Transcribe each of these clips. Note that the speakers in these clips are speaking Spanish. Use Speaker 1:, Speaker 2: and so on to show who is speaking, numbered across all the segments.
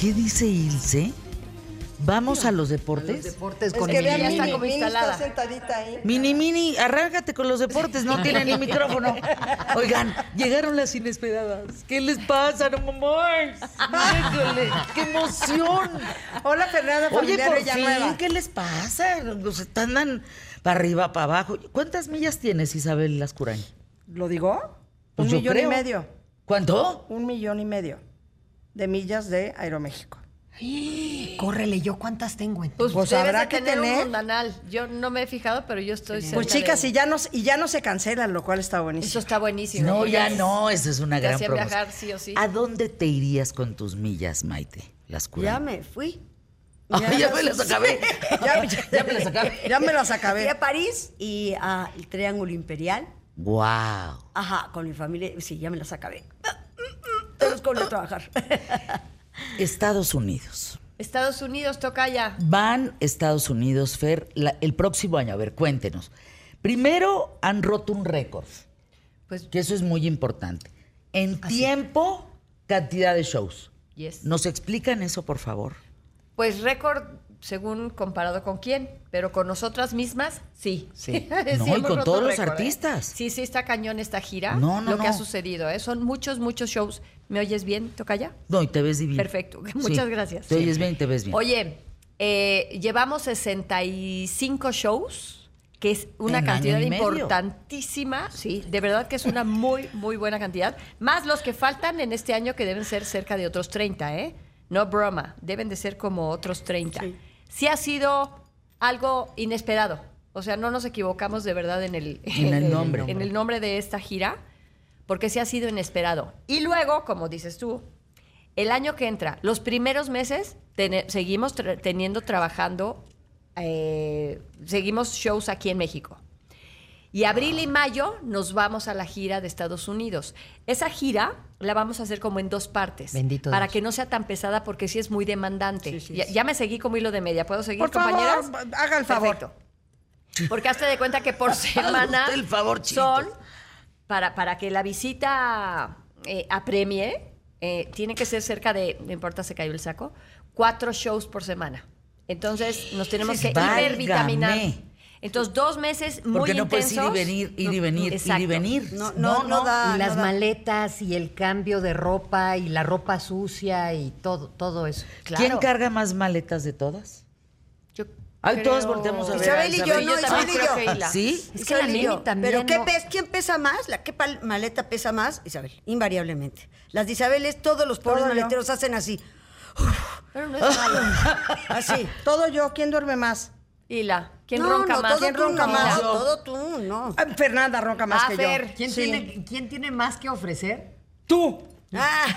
Speaker 1: ¿Qué dice Ilse? ¿Vamos a los deportes?
Speaker 2: deportes
Speaker 3: Es
Speaker 2: con
Speaker 3: que
Speaker 2: Emilia.
Speaker 3: vean,
Speaker 4: Ya está
Speaker 3: Mini,
Speaker 4: como
Speaker 3: Mini
Speaker 4: instalada.
Speaker 3: está sentadita ahí.
Speaker 1: Mini, mini, arráncate con los deportes, no tiene ni micrófono. Oigan, llegaron las inesperadas. ¿Qué les pasa, no mamás? Híjole, ¡Qué emoción!
Speaker 3: Hola, Fernanda
Speaker 1: Oye,
Speaker 3: Familiar
Speaker 1: por
Speaker 3: Villanueva.
Speaker 1: fin, ¿qué les pasa? Los están dan para arriba, para abajo. ¿Cuántas millas tienes, Isabel Lascurain?
Speaker 3: ¿Lo digo?
Speaker 1: Pues
Speaker 3: un
Speaker 1: yo
Speaker 3: millón
Speaker 1: creo.
Speaker 3: y medio.
Speaker 1: ¿Cuánto?
Speaker 3: Un millón y medio de millas de Aeroméxico.
Speaker 2: Córrele, ¿yo cuántas tengo? entonces?
Speaker 3: Pues
Speaker 4: debes
Speaker 3: habrá
Speaker 4: de
Speaker 3: que
Speaker 4: tener,
Speaker 3: tener.
Speaker 4: un mundanal. Yo no me he fijado, pero yo estoy
Speaker 3: Pues
Speaker 4: cerca
Speaker 3: chicas,
Speaker 4: de-
Speaker 3: y ya, no, y ya no se cancelan, lo cual está
Speaker 4: Eso
Speaker 3: buenísimo.
Speaker 4: está buenísimo.
Speaker 1: No,
Speaker 4: Pues
Speaker 1: ya no, esa es una
Speaker 4: Te
Speaker 1: gran
Speaker 4: hacía
Speaker 1: promoción.
Speaker 4: viajar sí o sí.
Speaker 1: ¿A dónde te irías con tus millas, Maite
Speaker 5: Ya
Speaker 1: Lascurain?
Speaker 5: me fui.
Speaker 1: Ah, Ya, me las acabé.
Speaker 3: Ya,
Speaker 1: Ya me las acabé.
Speaker 3: Ya me las
Speaker 5: Fui
Speaker 3: acabé.
Speaker 5: a París y al Triángulo Imperial.
Speaker 1: Wow.
Speaker 5: Ajá, con mi familia. Sí, ya me las acabé. Todos con a trabajar.
Speaker 1: Estados Unidos.
Speaker 4: Estados Unidos toca ya.
Speaker 1: Van Estados Unidos, Fer, la- el próximo año. A ver, cuéntenos. Primero, han roto un récord,
Speaker 4: Pues,
Speaker 1: que eso es muy importante. En tiempo, cantidad de shows.
Speaker 4: yes.
Speaker 1: ¿Nos explican eso, por favor?
Speaker 4: Pues récord, según comparado con quién, pero con nosotras mismas, sí.
Speaker 1: Sí. No,
Speaker 4: hemos
Speaker 1: y con
Speaker 4: roto
Speaker 1: todos los
Speaker 4: récord, ¿eh?
Speaker 1: artistas.
Speaker 4: Sí, sí, está cañón esta gira.
Speaker 1: No, no,
Speaker 4: Lo que
Speaker 1: no.
Speaker 4: ha sucedido, ¿eh? Son muchos, muchos shows. ¿Me oyes bien, Tocaya?
Speaker 1: No, y te ves divino.
Speaker 4: Perfecto, muchas gracias.
Speaker 1: Te oyes bien y te ves bien.
Speaker 4: Oye, eh, llevamos 65 shows, que es una
Speaker 1: En año
Speaker 4: cantidad
Speaker 1: y medio.
Speaker 4: importantísima, sí, de verdad que es una muy, muy buena cantidad, más los que faltan en este año que deben ser cerca de otros 30, ¿eh? No broma, deben de ser como otros 30. Sí, ha sido algo inesperado, o sea, no nos equivocamos de verdad en el,
Speaker 1: En el nombre.
Speaker 4: en el nombre de esta gira, porque sí ha sido inesperado. Y luego, como dices tú, el año que entra, los primeros meses, tene- seguimos tra- teniendo trabajando, eh, seguimos shows aquí en México. Y abril y mayo nos vamos a la gira de Estados Unidos. Esa gira la vamos a hacer como en dos partes.
Speaker 2: Bendito
Speaker 4: Para
Speaker 2: Dios.
Speaker 4: que no sea tan pesada porque sí es muy demandante.
Speaker 3: Sí, sí,
Speaker 4: ya,
Speaker 3: sí.
Speaker 4: ya me seguí como hilo de media. ¿Puedo seguir,
Speaker 3: Por
Speaker 4: compañeras?
Speaker 3: favor, haga el favor.
Speaker 4: Perfecto. Porque hazte de cuenta que por semana
Speaker 1: usted el favor,
Speaker 4: son,
Speaker 1: chiquitos.
Speaker 4: para, para que la visita eh, apremie, eh, tiene que ser cerca de, no importa, se cayó el saco, cuatro shows por semana. Entonces nos tenemos que
Speaker 1: Válgame.
Speaker 4: hipervitaminar. Entonces, dos meses muy
Speaker 1: Porque no puedes ir
Speaker 4: intensos.
Speaker 1: y venir, ir y venir, ir y
Speaker 4: Exacto.
Speaker 1: venir.
Speaker 5: No, no, no, da.
Speaker 2: y las
Speaker 5: no da.
Speaker 2: maletas y el cambio de ropa y la ropa sucia y todo, todo eso.
Speaker 1: ¿Quién carga más maletas de todas?
Speaker 4: Yo
Speaker 1: Ay,
Speaker 4: creo-
Speaker 1: todos volteamos a ver.
Speaker 5: Isabel
Speaker 1: a
Speaker 5: y yo,
Speaker 1: Isabel.
Speaker 5: no,
Speaker 4: también
Speaker 5: Isabel y
Speaker 4: creo
Speaker 5: yo.
Speaker 4: que Hila.
Speaker 1: ¿Sí?
Speaker 2: Es que la
Speaker 5: Soy
Speaker 2: neni
Speaker 5: yo.
Speaker 2: también,
Speaker 5: Pero ¿qué
Speaker 2: ¿no?
Speaker 5: pes- ¿quién pesa más? ¿La, ¿Qué pal- maleta pesa más? Isabel, invariablemente. Las de Isabel es todos los pobres
Speaker 3: Todo yo.
Speaker 5: maleteros hacen así.
Speaker 4: Pero no es malo.
Speaker 5: Así.
Speaker 3: Todo yo, ¿quién duerme más?
Speaker 4: Hila, ¿quién
Speaker 5: No,
Speaker 4: ronca
Speaker 5: no,
Speaker 4: más?
Speaker 5: todo
Speaker 4: ¿Quién
Speaker 5: tú
Speaker 4: ronca
Speaker 5: no,
Speaker 4: más?
Speaker 5: Todo tú, no.
Speaker 3: Ah, Fernanda ronca más
Speaker 4: Ah,
Speaker 3: que
Speaker 4: Fer.
Speaker 3: yo.
Speaker 2: ¿Quién,
Speaker 3: Sí.
Speaker 2: tiene, ¿Quién tiene más que ofrecer?
Speaker 3: Tú.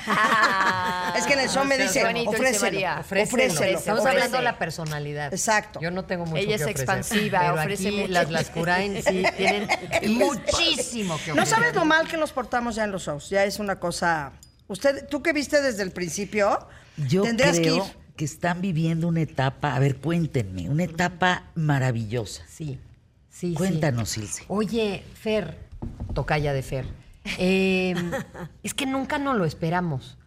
Speaker 4: Ah.
Speaker 3: Es que en el show me
Speaker 4: Qué
Speaker 3: dicen,
Speaker 4: bonito, dice
Speaker 3: ofrécelo,
Speaker 4: María.
Speaker 3: ofrécelo,
Speaker 2: Ofrécelo. Estamos
Speaker 3: ofrécelo.
Speaker 2: hablando de la personalidad.
Speaker 3: Exacto.
Speaker 2: Yo no tengo mucho
Speaker 4: Ella
Speaker 2: que
Speaker 4: es
Speaker 2: ofrecer,
Speaker 4: expansiva,
Speaker 2: pero
Speaker 4: ofrece
Speaker 2: aquí
Speaker 4: mucho.
Speaker 2: Las Lascurain sí tienen muchísimo que ofrecer.
Speaker 3: No sabes lo mal que nos portamos ya en los shows. Ya es una cosa. Usted, tú que viste desde el principio,
Speaker 1: Yo
Speaker 3: tendrías que
Speaker 1: creo
Speaker 3: ir.
Speaker 1: que, están viviendo una etapa, a ver, cuéntenme, una etapa maravillosa.
Speaker 2: Sí, sí. sí.
Speaker 1: Cuéntanos, Ilse.
Speaker 2: Oye, Fer, tocaya de Fer. eh, es que nunca nos lo esperamos.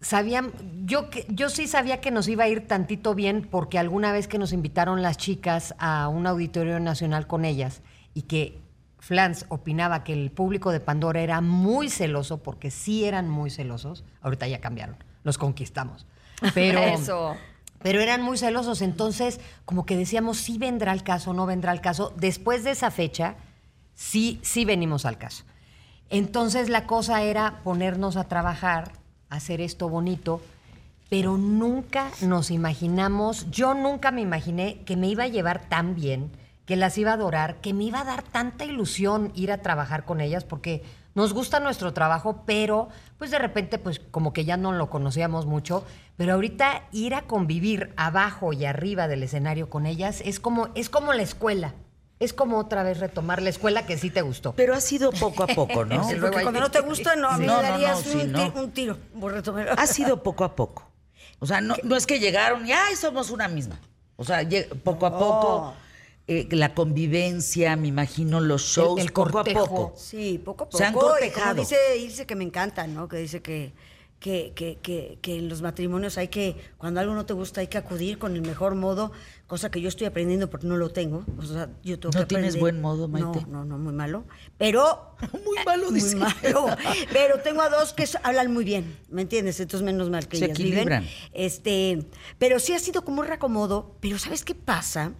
Speaker 2: Sabían, yo, que- yo sí sabía que nos iba a ir tantito bien porque alguna vez que nos invitaron las chicas a un auditorio nacional con ellas y que Flans opinaba que el público de Pandora era muy celoso porque sí eran muy celosos. Ahorita ya cambiaron, los conquistamos. Pero
Speaker 4: Eso.
Speaker 2: pero eran muy celosos, entonces como que decíamos, sí vendrá el caso, no vendrá el caso. Después de esa fecha, sí, sí venimos al caso. Entonces la cosa era ponernos a trabajar, hacer esto bonito, pero nunca nos imaginamos, yo nunca me imaginé que me iba a llevar tan bien, que las iba a adorar, que me iba a dar tanta ilusión ir a trabajar con ellas, porque nos gusta nuestro trabajo, pero pues de repente pues como que ya no lo conocíamos mucho, pero ahorita ir a convivir abajo y arriba del escenario con ellas es como es como la escuela, es como otra vez retomar la escuela que sí te gustó.
Speaker 1: Pero ha sido poco a poco, ¿no?
Speaker 2: Sí, luego
Speaker 5: Porque
Speaker 2: hay-
Speaker 5: cuando no te gusta, no, a mí
Speaker 1: No, no,
Speaker 5: me darías
Speaker 1: no, sí,
Speaker 5: un,
Speaker 1: no. Ah,
Speaker 5: ti- un tiro. por retomar.
Speaker 1: ha sido poco a poco. O sea, no, no es que llegaron y ¡ay, somos una misma! O sea, lle- poco a poco, eh, la convivencia, me imagino, los shows,
Speaker 2: El- el
Speaker 1: poco a
Speaker 2: cortejo.
Speaker 1: poco.
Speaker 5: Sí, poco a poco.
Speaker 1: Se han
Speaker 5: y como
Speaker 1: cortejado.
Speaker 5: dice Ilse que me encanta, ¿no? Que dice que que, que- que- que en los matrimonios hay que, cuando algo no te gusta, hay que acudir con el mejor modo, cosa que yo estoy aprendiendo porque no lo tengo. O sea, yo tengo
Speaker 1: No
Speaker 5: que
Speaker 1: tienes
Speaker 5: aprender.
Speaker 1: buen modo, Maite.
Speaker 5: No, no, no, muy malo. Pero
Speaker 1: Muy malo,
Speaker 5: muy
Speaker 1: dice.
Speaker 5: malo. Pero tengo a dos que so- hablan muy bien, ¿me entiendes? Entonces menos mal que
Speaker 1: Se
Speaker 5: ellas
Speaker 1: equilibran.
Speaker 5: viven. Este, pero sí ha sido como un reacomodo, pero ¿sabes qué pasa?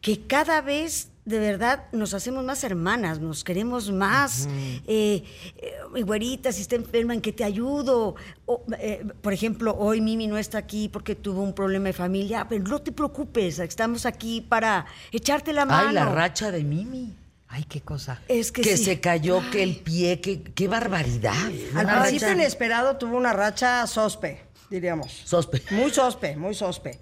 Speaker 5: Que cada vez de verdad nos hacemos más hermanas, nos queremos más. Eh, eh, mi güerita, si está enferma, ¿en qué te ayudo? O, eh, por ejemplo, hoy Mimi no está aquí porque tuvo un problema de familia, Ah, pero no te preocupes, estamos aquí para echarte la mano.
Speaker 1: Ay, la racha de Mimi.
Speaker 2: Ay, qué cosa.
Speaker 5: Es que, sí.
Speaker 1: se cayó, que el pie, que qué barbaridad.
Speaker 3: Al
Speaker 1: Una
Speaker 3: principio
Speaker 1: racha
Speaker 3: inesperado tuvo una racha sospe, diríamos.
Speaker 1: sospe.
Speaker 3: Muy sospe, muy sospe.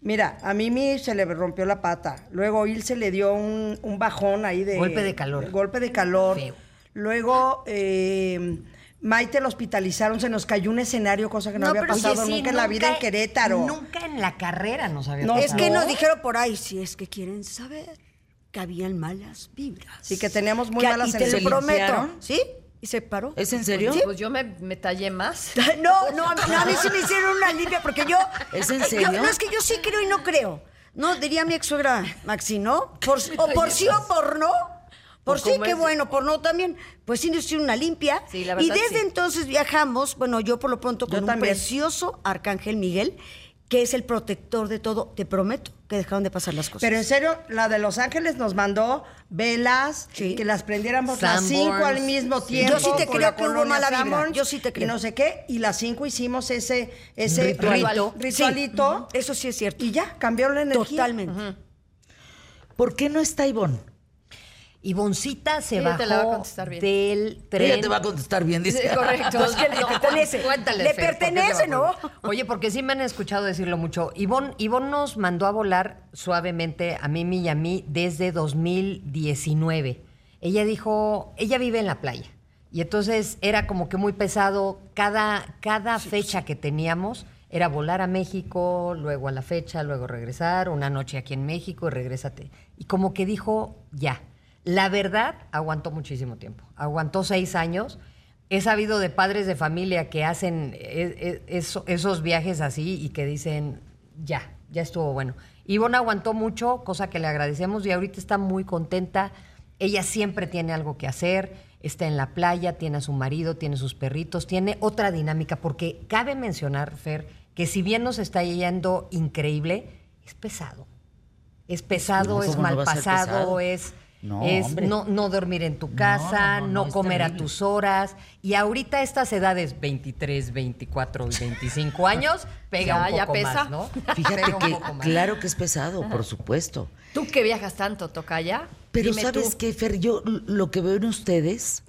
Speaker 3: Mira, a Mimi se le rompió la pata. Luego Il se le dio un, un bajón ahí de...
Speaker 2: Golpe de calor.
Speaker 3: Golpe de calor.
Speaker 2: Feo.
Speaker 3: Luego eh, Maite la hospitalizaron, se nos cayó un escenario, cosa que no, había
Speaker 2: pero
Speaker 3: pasado
Speaker 2: sí, sí,
Speaker 3: nunca en la vida en Querétaro.
Speaker 2: Nunca en la carrera nos había
Speaker 3: No,
Speaker 2: pasado.
Speaker 5: Es que
Speaker 3: ¿No?
Speaker 5: nos dijeron por ahí, si es que quieren saber que habían malas vibras.
Speaker 3: Sí, que teníamos muy
Speaker 5: Que-
Speaker 3: malas
Speaker 5: Y te
Speaker 1: energías.
Speaker 5: lo
Speaker 1: ¿Se
Speaker 5: prometo.
Speaker 1: limpiaron?
Speaker 5: ¿Sí? ¿Y se paró?
Speaker 1: ¿Es en serio?
Speaker 4: Pues yo me, me tallé más.
Speaker 5: No, no, a mí, no, a mí sí me hicieron una limpia porque yo.
Speaker 1: ¿Es en
Speaker 5: yo-
Speaker 1: serio?
Speaker 5: no, es que yo sí creo y no creo. No, diría mi ex suegra Maxi, ¿no? Por- o por sí o por no.
Speaker 4: ¿O
Speaker 5: Por sí,
Speaker 4: cómo
Speaker 5: qué
Speaker 4: es?
Speaker 5: bueno, por no también. Pues sí, nos hicieron una limpia.
Speaker 4: Sí, la
Speaker 5: y
Speaker 4: verdad,
Speaker 5: desde
Speaker 4: sí.
Speaker 5: entonces viajamos, bueno, yo por lo pronto
Speaker 3: Yo
Speaker 5: con un
Speaker 3: también.
Speaker 5: precioso arcángel Miguel, que es el protector de todo. Te prometo que dejaron de pasar las cosas.
Speaker 3: Pero en serio, la de Los Ángeles nos mandó velas,
Speaker 5: Sí.
Speaker 3: que las prendiéramos las
Speaker 2: Sanborns.
Speaker 3: cinco al mismo tiempo.
Speaker 5: Yo sí te
Speaker 3: con
Speaker 5: creo
Speaker 3: la
Speaker 5: que hubo
Speaker 3: colonia
Speaker 5: mala vibra.
Speaker 3: Sanborns
Speaker 5: Yo sí te creo.
Speaker 3: Y no sé qué, y las cinco hicimos ese, ese
Speaker 5: Ritual.
Speaker 3: rito-
Speaker 5: Sí.
Speaker 3: ritualito.
Speaker 5: Eso sí es cierto.
Speaker 3: Y ya, cambió la energía.
Speaker 5: Totalmente.
Speaker 1: ¿Por qué no está Ivonne?
Speaker 2: Ivoncita se
Speaker 4: Ella
Speaker 2: bajó
Speaker 4: te la va a contestar bien.
Speaker 2: del tren.
Speaker 1: Ella te va a contestar bien, dice.
Speaker 4: Sí, correcto.
Speaker 5: Pues que le pertenece.
Speaker 2: Cuéntale, Fer,
Speaker 5: Le
Speaker 2: ¿por qué
Speaker 5: pertenece,
Speaker 2: te va a
Speaker 5: ¿no?
Speaker 2: poner? Oye, porque sí me han escuchado decirlo mucho. Ivonne, Ivonne nos mandó a volar suavemente a Mimi y a mí desde 2019. Ella dijo, ella vive en la playa. Y entonces era como que muy pesado. Cada, cada fecha que teníamos era volar a México, luego a la fecha, luego regresar, una noche aquí en México y regrésate. Y como que dijo, ya. La verdad, aguantó muchísimo tiempo. Aguantó seis años. He sabido de padres de familia que hacen e- e- eso- esos viajes así y que dicen, ya, ya estuvo bueno. Ivonne aguantó mucho, cosa que le agradecemos y ahorita está muy contenta. Ella siempre tiene algo que hacer, está en la playa, tiene a su marido, tiene sus perritos, tiene otra dinámica, porque cabe mencionar, Fer, que si bien nos está yendo increíble, es pesado. Es pesado,
Speaker 1: No,
Speaker 2: es
Speaker 1: Pues, ¿cómo no
Speaker 2: mal
Speaker 1: va a ser
Speaker 2: pasado,
Speaker 1: pesado?
Speaker 2: es,
Speaker 1: No,
Speaker 2: es
Speaker 1: hombre.
Speaker 2: no, no dormir en tu casa,
Speaker 1: no,
Speaker 2: no,
Speaker 1: no, es
Speaker 2: comer a
Speaker 1: terrible.
Speaker 2: tus horas. Y ahorita estas edades, 23, 24 y 25 años, pega
Speaker 4: Ya,
Speaker 2: un
Speaker 4: ya
Speaker 2: poco
Speaker 4: pesa.
Speaker 2: más, ¿no?
Speaker 1: Fíjate
Speaker 2: Pega un
Speaker 1: que,
Speaker 2: poco más.
Speaker 1: claro que es pesado, por supuesto.
Speaker 4: Tú que viajas tanto, Tocaya.
Speaker 1: Pero
Speaker 4: dime
Speaker 1: ¿sabes
Speaker 4: tú.
Speaker 1: qué, Fer? Yo l- lo que veo en ustedes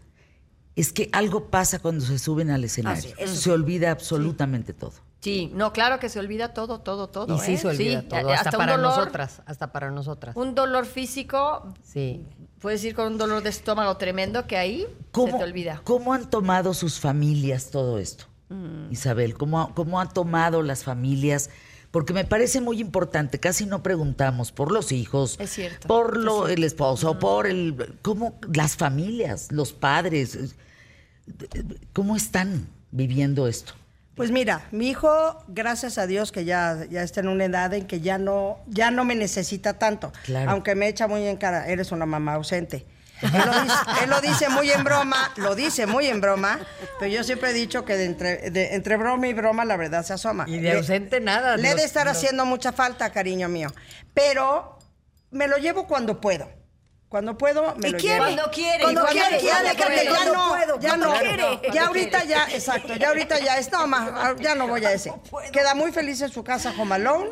Speaker 1: es que algo pasa cuando se suben
Speaker 2: Ah,
Speaker 1: al escenario. se olvida absolutamente todo.
Speaker 4: Sí, no, claro que se olvida todo, todo, todo.
Speaker 2: Y sí
Speaker 4: ¿eh?
Speaker 2: se olvida todo,
Speaker 4: eh,
Speaker 2: hasta,
Speaker 4: un
Speaker 2: para
Speaker 4: dolor-
Speaker 2: nosotras, hasta para nosotras.
Speaker 4: Un dolor físico,
Speaker 2: Sí.
Speaker 4: puedes ir con un dolor de estómago tremendo que ahí se te olvida.
Speaker 1: ¿Cómo han tomado sus familias todo esto,
Speaker 4: Mm.
Speaker 1: Isabel? ¿Cómo, ha- ¿Cómo han tomado las familias? Porque me parece muy importante, casi no preguntamos por los hijos,
Speaker 4: Es cierto, Mm.
Speaker 1: por lo, el esposo, por el... ¿Cómo las familias, los padres, eh, cómo están viviendo esto?
Speaker 3: Pues mira, mi hijo, gracias a Dios que ya, ya está en una edad en que ya no, ya no me necesita tanto.
Speaker 1: Claro.
Speaker 3: Aunque me echa muy en cara, eres una mamá ausente. Él lo, dice, él lo dice muy en broma, lo dice muy en broma, pero yo siempre he dicho que de entre, de entre broma y broma la verdad se asoma.
Speaker 2: Y de
Speaker 3: Le-
Speaker 2: ausente nada,
Speaker 3: Le he de
Speaker 2: los-
Speaker 3: estar
Speaker 2: los-
Speaker 3: haciendo mucha falta, cariño mío. Pero me lo llevo cuando puedo. Cuando puedo, me
Speaker 5: Y
Speaker 3: lo
Speaker 5: quiere.
Speaker 3: llevo.
Speaker 4: Cuando quiere,
Speaker 5: Cuando
Speaker 4: cuando
Speaker 5: quiere.
Speaker 4: quiere,
Speaker 5: Ya
Speaker 4: cuando
Speaker 5: déjate,
Speaker 4: quiere.
Speaker 5: ya
Speaker 3: ya no,
Speaker 5: puedo,
Speaker 3: ya
Speaker 5: cuando
Speaker 3: no.
Speaker 5: quiere.
Speaker 3: Ya ahorita ya, exacto, ya ahorita ya es, no más, ah, ya no voy a ese. Queda muy feliz en su casa Jomalón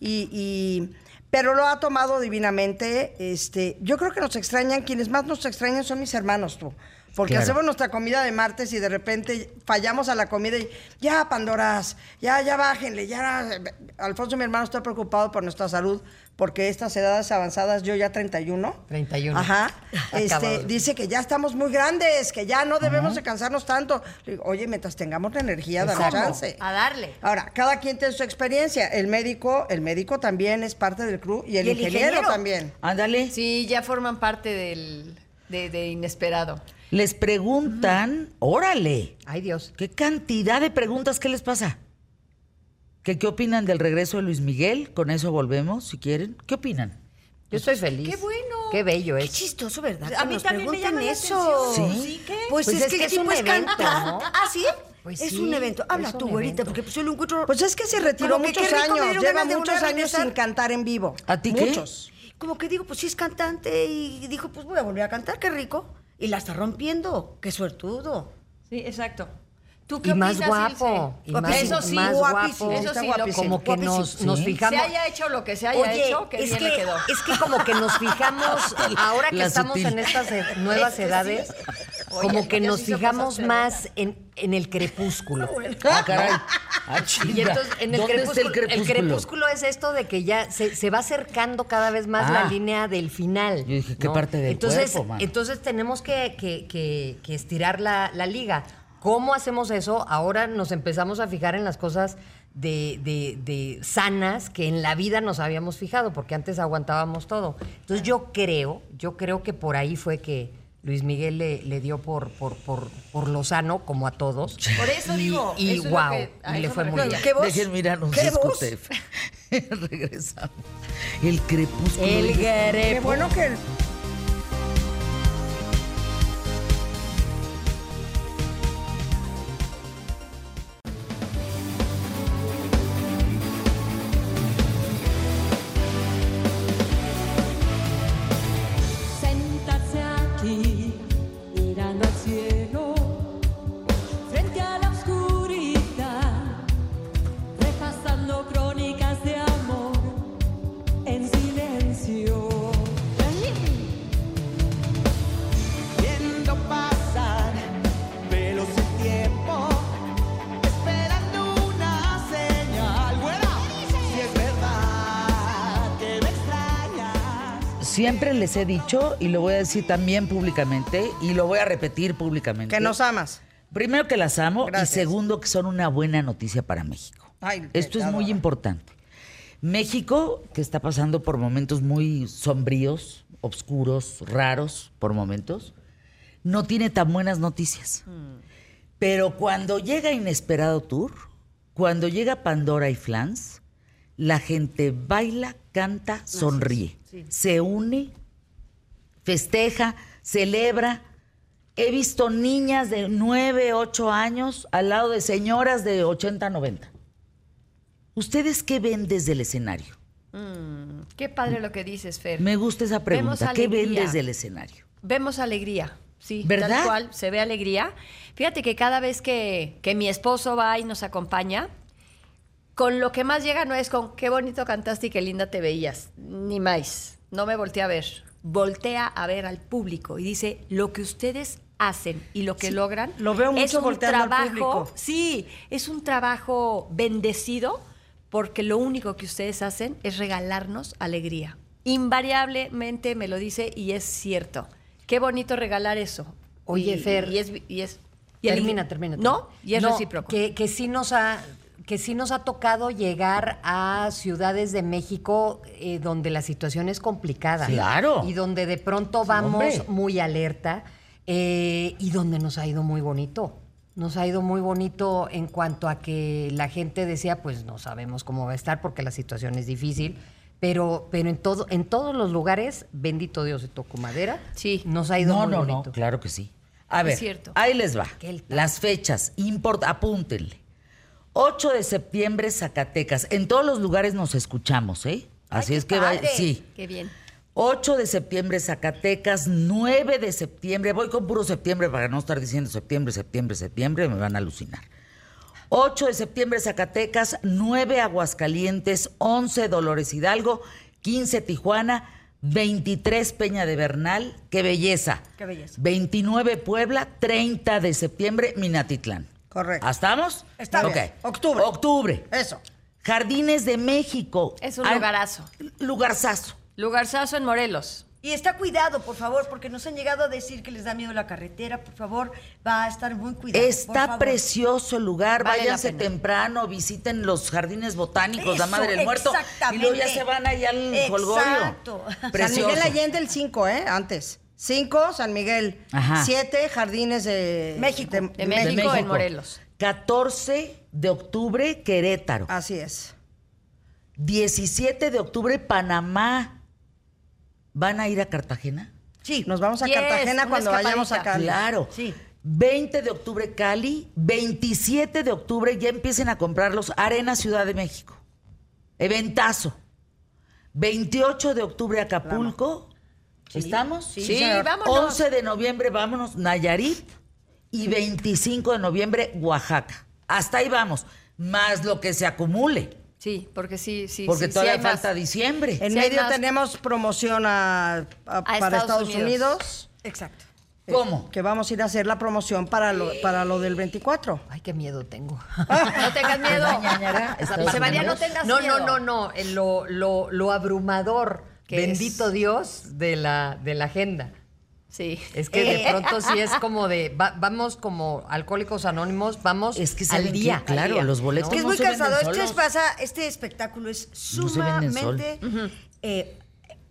Speaker 3: y, y- pero lo ha tomado divinamente. Este, yo creo que nos extrañan, quienes más nos extrañan son mis hermanos tú. Porque
Speaker 1: Claro.
Speaker 3: hacemos nuestra comida de martes y de repente fallamos a la comida y ya, Pandoras, ya, ya bájenle, ya. Alfonso, mi hermano, está preocupado por nuestra salud porque estas edades avanzadas, yo ya 31.
Speaker 2: 31.
Speaker 3: Ajá.
Speaker 2: Acabado.
Speaker 3: Este, dice que ya estamos muy grandes, que ya no debemos de cansarnos tanto. Le digo, Oye, mientras tengamos la energía, dale
Speaker 2: Exacto.
Speaker 3: chance.
Speaker 4: A darle.
Speaker 3: Ahora, cada quien tiene su experiencia. El médico, el médico también es parte del crew y el,
Speaker 5: Y el
Speaker 3: ingeniero,
Speaker 5: ingeniero.
Speaker 3: también.
Speaker 1: Ándale.
Speaker 4: Sí, ya forman parte del, de, de inesperado.
Speaker 1: les preguntan, órale,
Speaker 2: Ay, Dios.
Speaker 1: qué cantidad de preguntas, ¿qué les pasa? ¿Qué, ¿Qué opinan del regreso de Luis Miguel? Con eso volvemos, si quieren. ¿Qué opinan?
Speaker 2: Yo
Speaker 4: Pues,
Speaker 2: estoy feliz. Qué
Speaker 5: bueno.
Speaker 2: Qué bello
Speaker 5: Qué
Speaker 2: es.
Speaker 5: chistoso, ¿verdad?
Speaker 4: A
Speaker 5: Que
Speaker 4: mí
Speaker 5: nos
Speaker 4: también me
Speaker 5: pregunten
Speaker 4: llama la
Speaker 5: eso.
Speaker 4: atención.
Speaker 1: ¿Sí?
Speaker 5: ¿Sí? ¿Qué? Pues,
Speaker 2: Pues
Speaker 5: es, que el
Speaker 2: un
Speaker 5: tipo es
Speaker 2: evento,
Speaker 5: cantante.
Speaker 2: ¿no?
Speaker 5: ¿Ah, sí?
Speaker 2: Pues
Speaker 5: es
Speaker 2: sí,
Speaker 5: un evento. Habla
Speaker 2: es
Speaker 5: tú,
Speaker 2: un
Speaker 5: güerita,
Speaker 2: evento.
Speaker 5: porque pues yo lo encuentro.
Speaker 3: Pues es que se retiró
Speaker 5: Como que
Speaker 3: muchos
Speaker 5: qué rico, me
Speaker 3: años,
Speaker 5: dieron
Speaker 3: lleva
Speaker 5: ganas de volver
Speaker 3: muchos
Speaker 5: a
Speaker 3: años
Speaker 5: regresar.
Speaker 3: sin cantar en vivo.
Speaker 1: ¿A ti qué?
Speaker 3: Muchos.
Speaker 5: Como que digo, pues sí es cantante y dijo, pues voy a volver a cantar, qué rico. Y la está rompiendo, qué suertudo.
Speaker 4: Sí, exacto. ¿Tú qué
Speaker 2: Y más
Speaker 4: opinas,
Speaker 2: guapo.
Speaker 4: Ilse?
Speaker 2: Y más,
Speaker 4: eso sí,
Speaker 2: más
Speaker 5: guapísimo,
Speaker 2: guapo.
Speaker 4: eso
Speaker 5: está
Speaker 4: sí, loco.
Speaker 5: guapísimo.
Speaker 2: Como que nos,
Speaker 5: Guapísimo.
Speaker 2: nos
Speaker 1: Sí.
Speaker 4: Se
Speaker 2: fijamos.
Speaker 4: haya hecho lo que se haya hecho, que bien le quedó.
Speaker 2: es que como que nos fijamos, ahora que
Speaker 1: La
Speaker 2: estamos
Speaker 1: sutil.
Speaker 2: en estas eh, nuevas edades,
Speaker 4: Oye,
Speaker 2: como que
Speaker 4: ya
Speaker 2: nos
Speaker 4: sí se
Speaker 2: fijamos
Speaker 4: pasaste.
Speaker 2: más en, en el crepúsculo.
Speaker 1: Ah, caray. Ah,
Speaker 2: Y
Speaker 1: chinga.
Speaker 2: entonces, en el
Speaker 1: ¿Dónde está
Speaker 2: crepúsculo,
Speaker 1: el crepúsculo?
Speaker 2: crepúsculo es esto de que ya se, se va acercando cada vez más
Speaker 1: Ah.
Speaker 2: la línea del final.
Speaker 1: Yo dije, ¿qué parte del
Speaker 2: entonces,
Speaker 1: cuerpo, mano?
Speaker 2: Entonces tenemos que, que- que- que estirar la, la liga. ¿Cómo hacemos eso? Ahora nos empezamos a fijar en las cosas de, de- de sanas que en la vida nos habíamos fijado, porque antes aguantábamos todo. Entonces yo creo, yo creo que por ahí fue que Luis Miguel le, le dio por, por, por, por lo sano, como a todos.
Speaker 4: Por eso
Speaker 2: Y-
Speaker 4: digo,
Speaker 2: Y,
Speaker 4: eso es lo
Speaker 2: wow,
Speaker 4: que- a
Speaker 2: y le
Speaker 4: eso
Speaker 2: fue
Speaker 4: me
Speaker 2: muy
Speaker 4: refiero.
Speaker 2: bien.
Speaker 5: ¿Qué voz?
Speaker 1: Dejen mirar un
Speaker 5: ¿Qué
Speaker 1: disco
Speaker 5: voz?
Speaker 1: tape. Regresamos. El crepúsculo.
Speaker 2: El
Speaker 3: Qué
Speaker 2: Grepúsculo.
Speaker 3: bueno que...
Speaker 6: sentarse aquí mirando al cielo frente a la oscuridad repasando crónicas de amor en silencio
Speaker 7: Viendo pasar veloz el tiempo, esperando una señal. Bueno, si es verdad que me extrañas.
Speaker 1: Siempre les he dicho, y lo voy a decir también públicamente, y lo voy a repetir públicamente.
Speaker 3: Que nos amas.
Speaker 1: Primero que las amo
Speaker 3: Gracias.
Speaker 1: y segundo que son una buena noticia para México.
Speaker 3: Ay,
Speaker 1: Esto es
Speaker 3: pecado.
Speaker 1: muy importante. México, que está pasando por momentos muy sombríos, obscuros, raros por momentos, no tiene tan buenas noticias. Pero cuando llega Inesperado Tour, cuando llega Pandora y Flans, la gente baila, canta, sonríe, se une, festeja, celebra. He visto niñas de 9, 8 años al lado de señoras de 80, 90. ¿Ustedes qué ven desde el escenario?
Speaker 4: Qué padre lo que dices, Fer.
Speaker 1: Me gusta esa pregunta.
Speaker 4: Vemos
Speaker 1: ¿Qué ven
Speaker 4: alegría.
Speaker 1: desde el escenario?
Speaker 4: Vemos alegría, sí.
Speaker 1: ¿Verdad?
Speaker 4: Tal cual, se ve alegría. Fíjate que cada vez que, que mi esposo va y nos acompaña, con lo que más llega no es con qué bonito cantaste y qué linda te veías, ni más. No me volteé a ver. Voltea a ver al público y dice lo que ustedes hacen y lo que logran.
Speaker 3: lo veo
Speaker 4: es
Speaker 3: mucho
Speaker 4: un
Speaker 3: volteando al
Speaker 4: trabajo,
Speaker 3: público.
Speaker 4: Sí, es un trabajo bendecido porque lo único que ustedes hacen es regalarnos alegría. Invariablemente me lo dice y es cierto. Qué bonito regalar eso.
Speaker 2: Oye,
Speaker 4: Y-
Speaker 2: Fer.
Speaker 4: Y es, y es- y el-
Speaker 2: Termina, termina.
Speaker 4: No, y es
Speaker 2: No,
Speaker 4: recíproco.
Speaker 2: Que, que sí nos ha que sí nos ha tocado llegar a ciudades de México eh, donde la situación es complicada.
Speaker 1: Claro.
Speaker 2: Y donde de pronto vamos
Speaker 1: Hombre.
Speaker 2: muy alerta eh, y donde nos ha ido muy bonito. Nos ha ido muy bonito en cuanto a que la gente decía, pues no sabemos cómo va a estar porque la situación es difícil. Pero, pero en todo, en todos los lugares, bendito Dios, se tocó madera.
Speaker 4: Sí.
Speaker 2: Nos ha ido
Speaker 1: no,
Speaker 2: muy
Speaker 1: no,
Speaker 2: bonito.
Speaker 1: no, claro que sí. A
Speaker 4: Es
Speaker 1: ver,
Speaker 4: cierto.
Speaker 1: ahí les va.
Speaker 2: Qué el-
Speaker 1: Las fechas, import, apúntenle. 8 de septiembre, Zacatecas. En todos los lugares nos escuchamos, ¿eh? Así es que va, sí.
Speaker 4: Qué bien.
Speaker 1: 8 de septiembre, Zacatecas. 9 de septiembre, voy con puro septiembre para no estar diciendo septiembre, septiembre, septiembre, me van a alucinar. 8 de septiembre, Zacatecas. 9, Aguascalientes. 11, Dolores Hidalgo. 15, Tijuana. 23, Peña de Bernal. ¡Qué belleza!
Speaker 5: Qué belleza.
Speaker 1: 29, Puebla. 30 de septiembre, Minatitlán.
Speaker 3: Correcto.
Speaker 1: ¿Estamos?
Speaker 3: Estamos.
Speaker 1: Ok.
Speaker 3: Octubre.
Speaker 1: Octubre.
Speaker 3: Eso.
Speaker 1: Jardines de México.
Speaker 4: Es un
Speaker 1: Al-
Speaker 4: lugarazo.
Speaker 1: Lugarzazo.
Speaker 4: Lugarzazo en Morelos.
Speaker 5: Y está cuidado, por favor, porque nos han llegado a decir que les da miedo la carretera. Por favor, va a estar muy cuidado. por
Speaker 1: Está
Speaker 5: favor.
Speaker 1: precioso el lugar,
Speaker 4: Vale la
Speaker 1: váyanse
Speaker 4: pena.
Speaker 1: temprano, visiten los jardines botánicos, la
Speaker 5: Eso,
Speaker 1: Madre del Muerto, y luego ya
Speaker 5: exactamente.
Speaker 1: se van allá al
Speaker 5: Exacto.
Speaker 1: colgorio.
Speaker 5: San
Speaker 1: Precioso.
Speaker 3: San Miguel Allende el 5, ¿eh? Antes. Cinco, San Miguel.
Speaker 1: Ajá.
Speaker 3: Siete, Jardines de
Speaker 4: México.
Speaker 3: de-
Speaker 4: De México. en Morelos.
Speaker 1: 14 de octubre, Querétaro.
Speaker 3: Así es.
Speaker 1: 17 de octubre, Panamá. ¿Van a ir a Cartagena?
Speaker 3: Sí, nos vamos a
Speaker 4: Yes,
Speaker 3: Cartagena
Speaker 4: una
Speaker 3: cuando vayamos a
Speaker 4: escapadita.
Speaker 3: Cali.
Speaker 1: Claro.
Speaker 3: Sí.
Speaker 1: 20 de octubre, Cali. 27 de octubre, ya empiecen a comprarlos. Arena Ciudad de México. Eventazo. 28 de octubre, Acapulco. ¿Estamos?
Speaker 4: Sí, Sí, señor. vámonos.
Speaker 1: 11 de noviembre, vámonos, Nayarit. Y 25 de noviembre, Oaxaca. Hasta ahí vamos. Más lo que se acumule.
Speaker 4: Sí, porque sí, sí.
Speaker 1: Porque
Speaker 4: sí, sí
Speaker 1: todavía
Speaker 4: hay más.
Speaker 1: falta diciembre.
Speaker 3: En
Speaker 4: Sí, hay
Speaker 3: medio
Speaker 4: más.
Speaker 3: tenemos promoción a- a- para Estados,
Speaker 4: Estados
Speaker 3: Unidos.
Speaker 4: Unidos.
Speaker 2: Exacto.
Speaker 1: ¿Cómo?
Speaker 3: Que vamos a ir a hacer la promoción para lo, para lo del 24.
Speaker 2: Ay, qué miedo tengo.
Speaker 4: No tengas miedo.
Speaker 1: ¿Verdad, ñañara? Estados
Speaker 4: Se varía, no
Speaker 1: Unidos.
Speaker 4: tengas
Speaker 2: No,
Speaker 4: miedo.
Speaker 2: no, no, no. eh, Lo, lo, lo abrumador,
Speaker 4: ¿Qué
Speaker 2: bendito Dios, de la, de la agenda.
Speaker 4: Sí.
Speaker 2: Es que
Speaker 1: Eh.
Speaker 2: de pronto sí es como de, va- vamos como alcohólicos anónimos, vamos
Speaker 1: Es que ¿saben
Speaker 2: al
Speaker 1: qué?
Speaker 2: día. al
Speaker 1: Claro,
Speaker 2: día,
Speaker 1: los boletos
Speaker 5: Que es
Speaker 1: No
Speaker 5: muy
Speaker 1: se venden
Speaker 5: cansado. Es que les
Speaker 1: solos.
Speaker 5: pasa, este espectáculo es
Speaker 1: No se venden sol.
Speaker 5: sumamente eh, eh,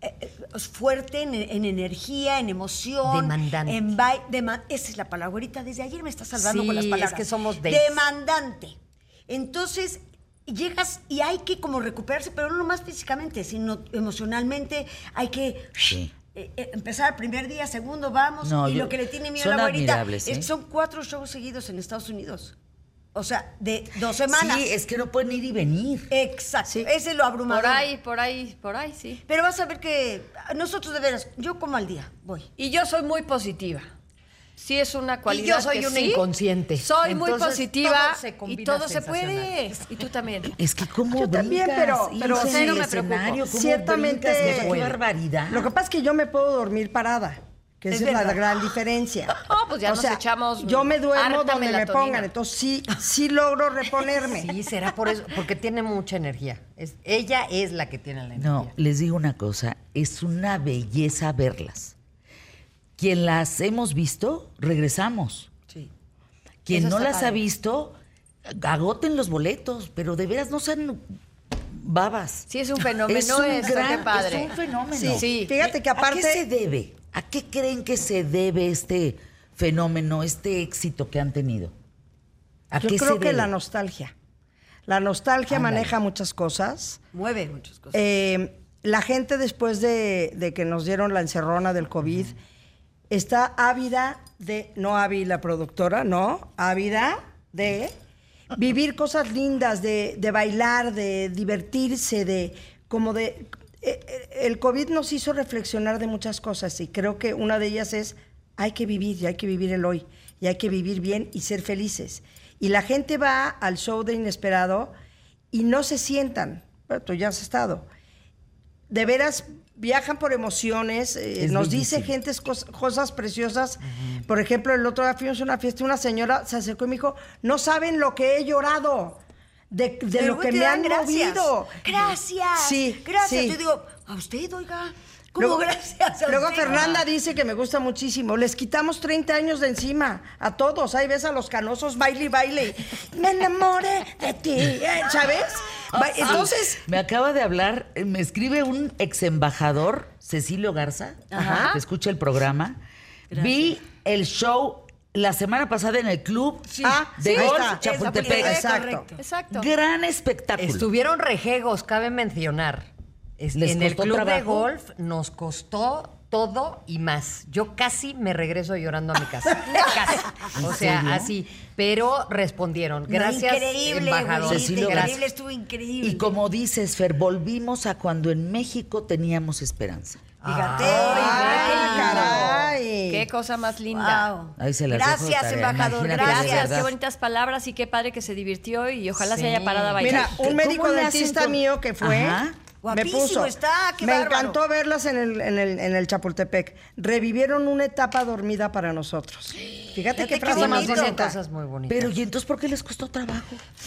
Speaker 5: eh, fuerte en, en energía, en emoción.
Speaker 2: Demandante.
Speaker 5: En bai- dema- esa es la palabra. Ahorita desde ayer me está salvando
Speaker 2: Sí,
Speaker 5: con las
Speaker 2: es
Speaker 5: palabras.
Speaker 2: que somos des.
Speaker 5: Demandante. Entonces llegas y hay que como recuperarse, pero no más físicamente, sino emocionalmente. Hay que...
Speaker 1: Sí.
Speaker 5: eh, eh, empezar primer día, segundo, vamos.
Speaker 1: No,
Speaker 5: y
Speaker 1: yo-
Speaker 5: lo que le tiene miedo
Speaker 1: son
Speaker 5: a la abuelita
Speaker 1: admirables,
Speaker 5: es
Speaker 1: ¿eh?
Speaker 5: que son cuatro shows seguidos en Estados Unidos. O sea, de dos semanas.
Speaker 1: Sí, es que no pueden ir y venir.
Speaker 5: Exacto. Ese es lo abrumador.
Speaker 4: Por ahí, por ahí, por ahí, sí.
Speaker 5: Pero vas a ver que nosotros de veras, yo como al día, voy.
Speaker 4: Y yo soy muy positiva. Sí es una cualidad
Speaker 2: yo soy
Speaker 4: que
Speaker 2: una
Speaker 4: sí.
Speaker 2: inconsciente.
Speaker 4: Soy muy
Speaker 2: Entonces,
Speaker 4: positiva
Speaker 2: todo se
Speaker 4: y
Speaker 2: combina
Speaker 4: todo se
Speaker 2: sensacional.
Speaker 4: puede. Y tú también.
Speaker 1: Es que cómo
Speaker 3: Yo también,
Speaker 1: brincas,
Speaker 3: pero-
Speaker 1: hija,
Speaker 3: pero
Speaker 1: en
Speaker 4: cero
Speaker 1: el
Speaker 4: me preocupo.
Speaker 1: escenario, cómo
Speaker 3: Ciertamente.
Speaker 1: brincas, me- qué barbaridad.
Speaker 3: Lo que pasa es que yo me puedo dormir parada. Que
Speaker 5: Es
Speaker 3: esa es la
Speaker 5: verdad.
Speaker 3: gran diferencia.
Speaker 4: No, pues ya
Speaker 3: O
Speaker 4: nos
Speaker 3: sea,
Speaker 4: echamos
Speaker 3: Yo me duermo
Speaker 4: harta
Speaker 3: donde me
Speaker 4: melatonina.
Speaker 3: pongan, entonces sí, sí logro reponerme.
Speaker 2: Sí, será por eso, porque tiene mucha energía. Es, ella es la que tiene la energía.
Speaker 1: No, les digo una cosa, es una belleza verlas. Quien las hemos visto, regresamos. Quien
Speaker 4: Eso
Speaker 1: no
Speaker 4: está
Speaker 1: las
Speaker 4: padre.
Speaker 1: ha visto, agoten los boletos, pero de veras no sean babas.
Speaker 4: Sí, es un fenómeno eso, qué padre.
Speaker 1: Es un fenómeno.
Speaker 4: Sí, sí.
Speaker 3: Fíjate que
Speaker 1: ¿A qué se
Speaker 3: aparte,
Speaker 1: debe? ¿A qué creen que se debe este fenómeno, este éxito que han tenido? ¿A
Speaker 3: yo
Speaker 1: qué se
Speaker 3: creo que
Speaker 1: debe?
Speaker 3: la nostalgia. La nostalgia
Speaker 1: Ándale.
Speaker 3: maneja muchas cosas.
Speaker 5: Mueve muchas cosas.
Speaker 3: Eh, la gente después de, de que nos dieron la encerrona del COVID está ávida de, no Avi la productora, no, ávida de vivir cosas lindas, de, de bailar, de divertirse, de como de... eh, eh, El COVID nos hizo reflexionar de muchas cosas y creo que una de ellas es hay que vivir y hay que vivir el hoy y hay que vivir bien y ser felices. Y la gente va al show de Inesperado y no se sientan. Bueno, tú ya has estado. De veras viajan por emociones, eh,
Speaker 1: Es
Speaker 3: nos dice
Speaker 1: bellísimo.
Speaker 3: gente cos- cosas preciosas. Por ejemplo, el otro día fuimos a una fiesta y una señora se acercó y me dijo, no saben lo que he llorado, de, de
Speaker 5: Pero
Speaker 3: lo que
Speaker 5: te
Speaker 3: me
Speaker 5: dan
Speaker 3: han
Speaker 5: gracias.
Speaker 3: movido.
Speaker 5: Gracias.
Speaker 3: Sí,
Speaker 5: Gracias.
Speaker 3: sí.
Speaker 5: Yo digo, a usted, oiga. ¿Cómo gracias? a
Speaker 3: luego
Speaker 5: usted?
Speaker 3: Fernanda dice que me gusta muchísimo. Les quitamos 30 años de encima a todos. Ahí ves a los canosos baile y baile. Me enamoré de ti, eh, ¿sabes? Ba-
Speaker 5: Ah,
Speaker 1: Ah, Sí.
Speaker 3: Entonces,
Speaker 1: Me acaba de hablar, eh, me escribe un ex embajador, Cecilio Garza, que escucha el programa. Vi el show la semana pasada en el club
Speaker 3: Ah,
Speaker 1: de
Speaker 3: sí, ahí
Speaker 1: golf
Speaker 3: está.
Speaker 1: Chapultepec.
Speaker 3: Exacto.
Speaker 4: Exacto.
Speaker 1: Gran espectáculo.
Speaker 2: Estuvieron rejegos, cabe mencionar. Es-
Speaker 1: ¿Les
Speaker 2: en el
Speaker 1: costó
Speaker 2: club de
Speaker 1: trabajo?
Speaker 2: golf nos costó todo y más. Yo casi me regreso llorando a mi casa. casi. O
Speaker 1: ¿En
Speaker 2: sea,
Speaker 1: serio?
Speaker 2: así. Pero respondieron.
Speaker 5: No,
Speaker 2: Gracias,
Speaker 5: increíble,
Speaker 2: embajador.
Speaker 5: güey,
Speaker 1: Cecilio
Speaker 5: increíble,
Speaker 1: Garza.
Speaker 5: estuvo increíble.
Speaker 1: y como dices, Fer, volvimos a cuando en México teníamos esperanza.
Speaker 5: Fíjate.
Speaker 3: Ay,
Speaker 5: oiga.
Speaker 3: caray.
Speaker 4: Qué cosa más linda.
Speaker 5: Wow.
Speaker 1: Ahí se las dejo de
Speaker 5: gracias,
Speaker 1: tarea,
Speaker 5: embajador.
Speaker 1: imagínate, de
Speaker 5: Gracias.
Speaker 4: Gracias,
Speaker 1: verdad.
Speaker 4: qué bonitas palabras y qué padre que se divirtió y ojalá
Speaker 1: Sí.
Speaker 4: se haya parado a
Speaker 3: Mira,
Speaker 4: bailar.
Speaker 1: ¿Cómo
Speaker 3: un médico
Speaker 1: le hacen
Speaker 3: dentista
Speaker 1: con-
Speaker 3: mío que fue.
Speaker 1: Ajá.
Speaker 3: Me
Speaker 5: Guapísimo
Speaker 3: puso.
Speaker 5: está, qué
Speaker 3: me
Speaker 5: bárbaro.
Speaker 3: encantó verlas en el, en, el, en el Chapultepec. Revivieron una etapa dormida para nosotros. Fíjate qué
Speaker 5: qué
Speaker 3: frase
Speaker 2: Sí, nos
Speaker 3: más
Speaker 5: bonito.
Speaker 2: dicen
Speaker 3: bonita.
Speaker 2: cosas muy bonitas.
Speaker 1: Pero, ¿y entonces por qué les costó trabajo?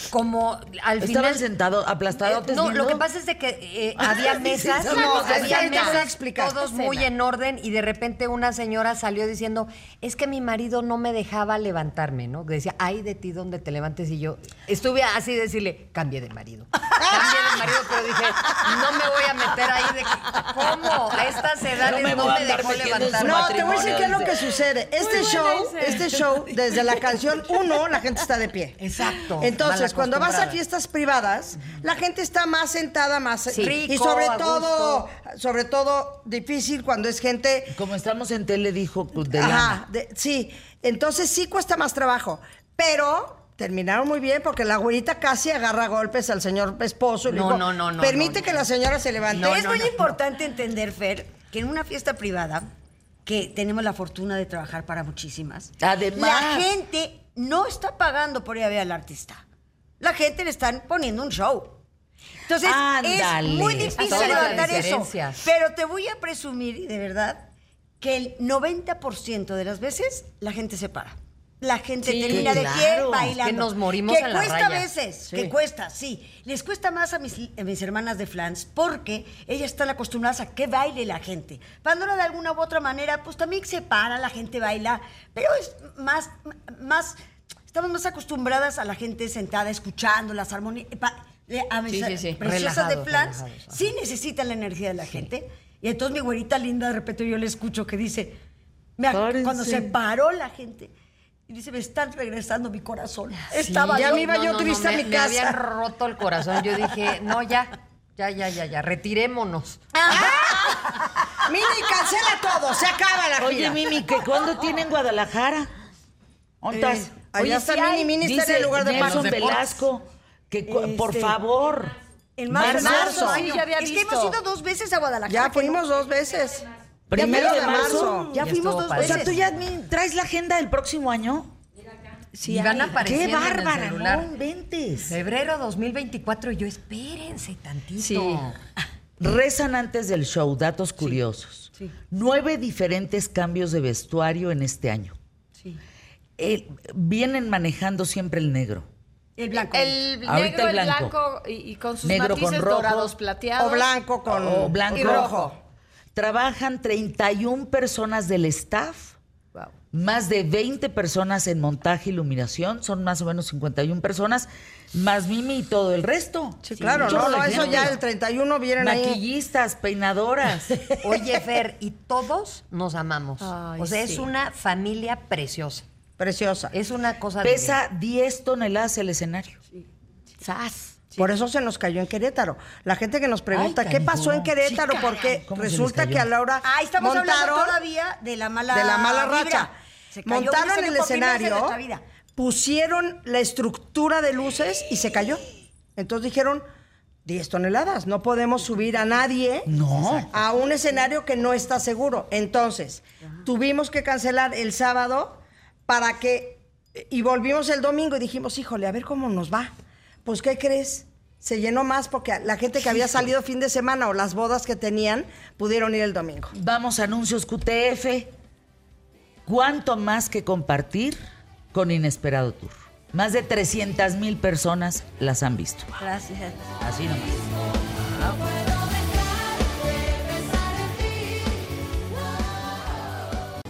Speaker 2: como al
Speaker 1: Estaban
Speaker 2: final
Speaker 1: sentados, aplastados.
Speaker 2: Eh, No, lo que pasa es de que eh, había mesas,
Speaker 1: sí, no,
Speaker 2: había
Speaker 3: es que ya lo
Speaker 2: mesas,
Speaker 3: explicaste.
Speaker 2: todos muy en orden y de repente una señora salió diciendo, es que mi marido no me dejaba levantarme, ¿no? Decía, ay de ti donde te levantes y yo estuve así decirle, cambie de marido. Cambié de marido, pero dije, no me voy a meter ahí de que- ¿cómo? Es estas edades
Speaker 1: No me
Speaker 2: no
Speaker 1: voy a
Speaker 2: me,
Speaker 1: andar
Speaker 2: dejó
Speaker 1: metiendo en
Speaker 2: levantar.
Speaker 1: su
Speaker 3: No, te voy a decir
Speaker 1: matrimonio,
Speaker 3: qué es lo que
Speaker 1: dice.
Speaker 3: sucede. Este show, este show, desde la canción 1, la gente está de pie.
Speaker 2: Exacto.
Speaker 3: Entonces,
Speaker 2: Mal
Speaker 3: cuando vas a
Speaker 2: acostumbrada.
Speaker 3: fiestas privadas, la gente está más sentada, más y
Speaker 2: Rico,
Speaker 3: sobre
Speaker 2: a
Speaker 3: todo, sobre todo difícil cuando es gente
Speaker 1: Como estamos en tele, dijo Cruz de
Speaker 3: Ajá,
Speaker 1: Lana.
Speaker 3: de- sí. Entonces sí cuesta más trabajo, pero terminaron muy bien porque la abuelita casi agarra a golpes al señor esposo. y le
Speaker 2: No,
Speaker 3: dijo,
Speaker 2: no, no, no,
Speaker 3: Permite
Speaker 2: no,
Speaker 3: que
Speaker 2: no.
Speaker 3: la señora se levante.
Speaker 5: es muy importante entender, Fer, que en una fiesta privada, que tenemos la fortuna de trabajar para muchísimas,
Speaker 1: Además.
Speaker 5: la gente no está pagando por ir a ver al artista. La gente le están poniendo un show. Entonces,
Speaker 1: Ándale.
Speaker 5: es muy
Speaker 4: Toda
Speaker 5: difícil
Speaker 4: la
Speaker 5: levantar eso.
Speaker 4: diferencia.
Speaker 5: Pero te voy a presumir, y de verdad, que el 90% de las veces la gente se para. La gente
Speaker 4: Sí,
Speaker 5: termina de pie
Speaker 4: claro.
Speaker 5: bailando.
Speaker 4: Que nos morimos
Speaker 5: Que
Speaker 4: en la
Speaker 5: cuesta
Speaker 4: raya.
Speaker 5: a veces,
Speaker 4: Sí.
Speaker 5: que cuesta, sí. Les cuesta más a mis, a mis hermanas de Flans porque ellas están acostumbradas a que baile la gente. Pandora de alguna u otra manera, pues también se para, la gente baila, pero es más, más, estamos más acostumbradas a la gente sentada, escuchando las armonías. a mis
Speaker 4: Sí, sí, sí.
Speaker 5: preciosas de
Speaker 2: Relajados,
Speaker 5: Flans
Speaker 2: relajados, ajá.
Speaker 5: sí necesitan la energía de la gente. Y entonces mi güerita linda, de repente yo le escucho que dice, me ac-
Speaker 1: Párense.
Speaker 5: cuando se paró la gente, y dice, me están regresando mi corazón. Estaba
Speaker 3: ya
Speaker 5: yo-
Speaker 3: me iba yo triste a mi
Speaker 4: me- Me habían
Speaker 3: casa.
Speaker 4: roto el corazón. Yo dije, no, ya, ya, ya, ya, ya, retirémonos.
Speaker 3: Mini, cancela todo, se acaba la
Speaker 1: Oye,
Speaker 3: gira.
Speaker 1: Mimi, ¿que cuándo tienen Guadalajara? ¿Ontas?
Speaker 3: allá está Mini, Mini está en el lugar de
Speaker 1: Nelson
Speaker 3: Paco.
Speaker 1: Velasco, que cu- por
Speaker 5: Este,
Speaker 1: favor.
Speaker 5: En
Speaker 1: marzo.
Speaker 5: marzo.
Speaker 3: Marzo,
Speaker 5: Ay,
Speaker 4: sí, ya había
Speaker 5: es
Speaker 4: visto.
Speaker 5: que hemos ido dos veces a Guadalajara.
Speaker 3: Ya fuimos dos veces.
Speaker 1: Primero
Speaker 3: ya
Speaker 1: de
Speaker 3: fue lo de
Speaker 1: marzo.
Speaker 3: marzo.
Speaker 5: Ya
Speaker 4: Ya
Speaker 5: fuimos
Speaker 4: estuvo
Speaker 5: dos
Speaker 1: O
Speaker 4: padre.
Speaker 5: veces.
Speaker 1: sea, ¿tú ya admin- traes la agenda del próximo año?
Speaker 4: y van
Speaker 1: ¡Qué
Speaker 4: apareciendo en el
Speaker 1: bárbara!
Speaker 4: celular.
Speaker 1: No inventes.
Speaker 2: Febrero 2024, yo espérense tantito.
Speaker 4: Sí.
Speaker 1: Rezan antes del show, datos curiosos. Nueve diferentes cambios de vestuario en este año. El- vienen manejando siempre el negro.
Speaker 5: El blanco.
Speaker 4: El negro,
Speaker 1: Ahorita el
Speaker 4: el
Speaker 1: blanco.
Speaker 4: blanco, y, y con sus
Speaker 1: Negro
Speaker 4: matices
Speaker 1: con rojo.
Speaker 4: dorados plateados.
Speaker 3: O blanco con
Speaker 1: o blanco.
Speaker 4: y rojo.
Speaker 1: Trabajan 31 personas del staff,
Speaker 4: Wow.
Speaker 1: más de 20 personas en montaje, iluminación, son más o menos 51 personas, más Mimi y todo el resto.
Speaker 3: Sí, claro,
Speaker 1: Mucho
Speaker 3: no, no,
Speaker 1: de
Speaker 3: eso ya
Speaker 1: gente.
Speaker 3: el 31 vienen ahí.
Speaker 1: Maquillistas, peinadoras.
Speaker 2: Oye, Fer, y todos nos amamos.
Speaker 4: Ay,
Speaker 2: o sea, es
Speaker 4: sí.
Speaker 2: una familia preciosa.
Speaker 3: Preciosa.
Speaker 2: Es una cosa de
Speaker 1: Pesa 10 toneladas el escenario.
Speaker 4: ¡Sas!
Speaker 3: Por eso se nos cayó en Querétaro. La gente que nos pregunta,
Speaker 1: Ay,
Speaker 3: ¿qué
Speaker 1: canijo.
Speaker 3: pasó en Querétaro?
Speaker 1: Sí,
Speaker 3: Porque
Speaker 1: caray, ¿cómo se les
Speaker 3: resulta
Speaker 1: cayó?
Speaker 3: que a Laura
Speaker 5: Ah, estamos hablando
Speaker 3: montaron-
Speaker 5: todavía de la mala
Speaker 3: de la mala
Speaker 5: vibra.
Speaker 3: racha.
Speaker 5: Se cayó,
Speaker 3: Montaron
Speaker 5: salió
Speaker 3: el
Speaker 5: por primera vez en
Speaker 3: escenario,
Speaker 5: nuestra vida.
Speaker 3: pusieron la estructura de luces y se cayó. Entonces dijeron, 10 toneladas, no podemos subir a nadie
Speaker 1: No.
Speaker 3: a un escenario que no está seguro. Entonces, tuvimos que cancelar el sábado para que... Y volvimos el domingo y dijimos, híjole, a ver cómo nos va. Pues, ¿qué crees? Se llenó más porque la gente que había salido fin de semana o las bodas que tenían pudieron ir el domingo.
Speaker 1: Vamos a anuncios QTF. ¿Cuánto más que compartir con Inesperado Tour? Más de 300 mil personas las han visto.
Speaker 5: Gracias.
Speaker 1: Así nomás.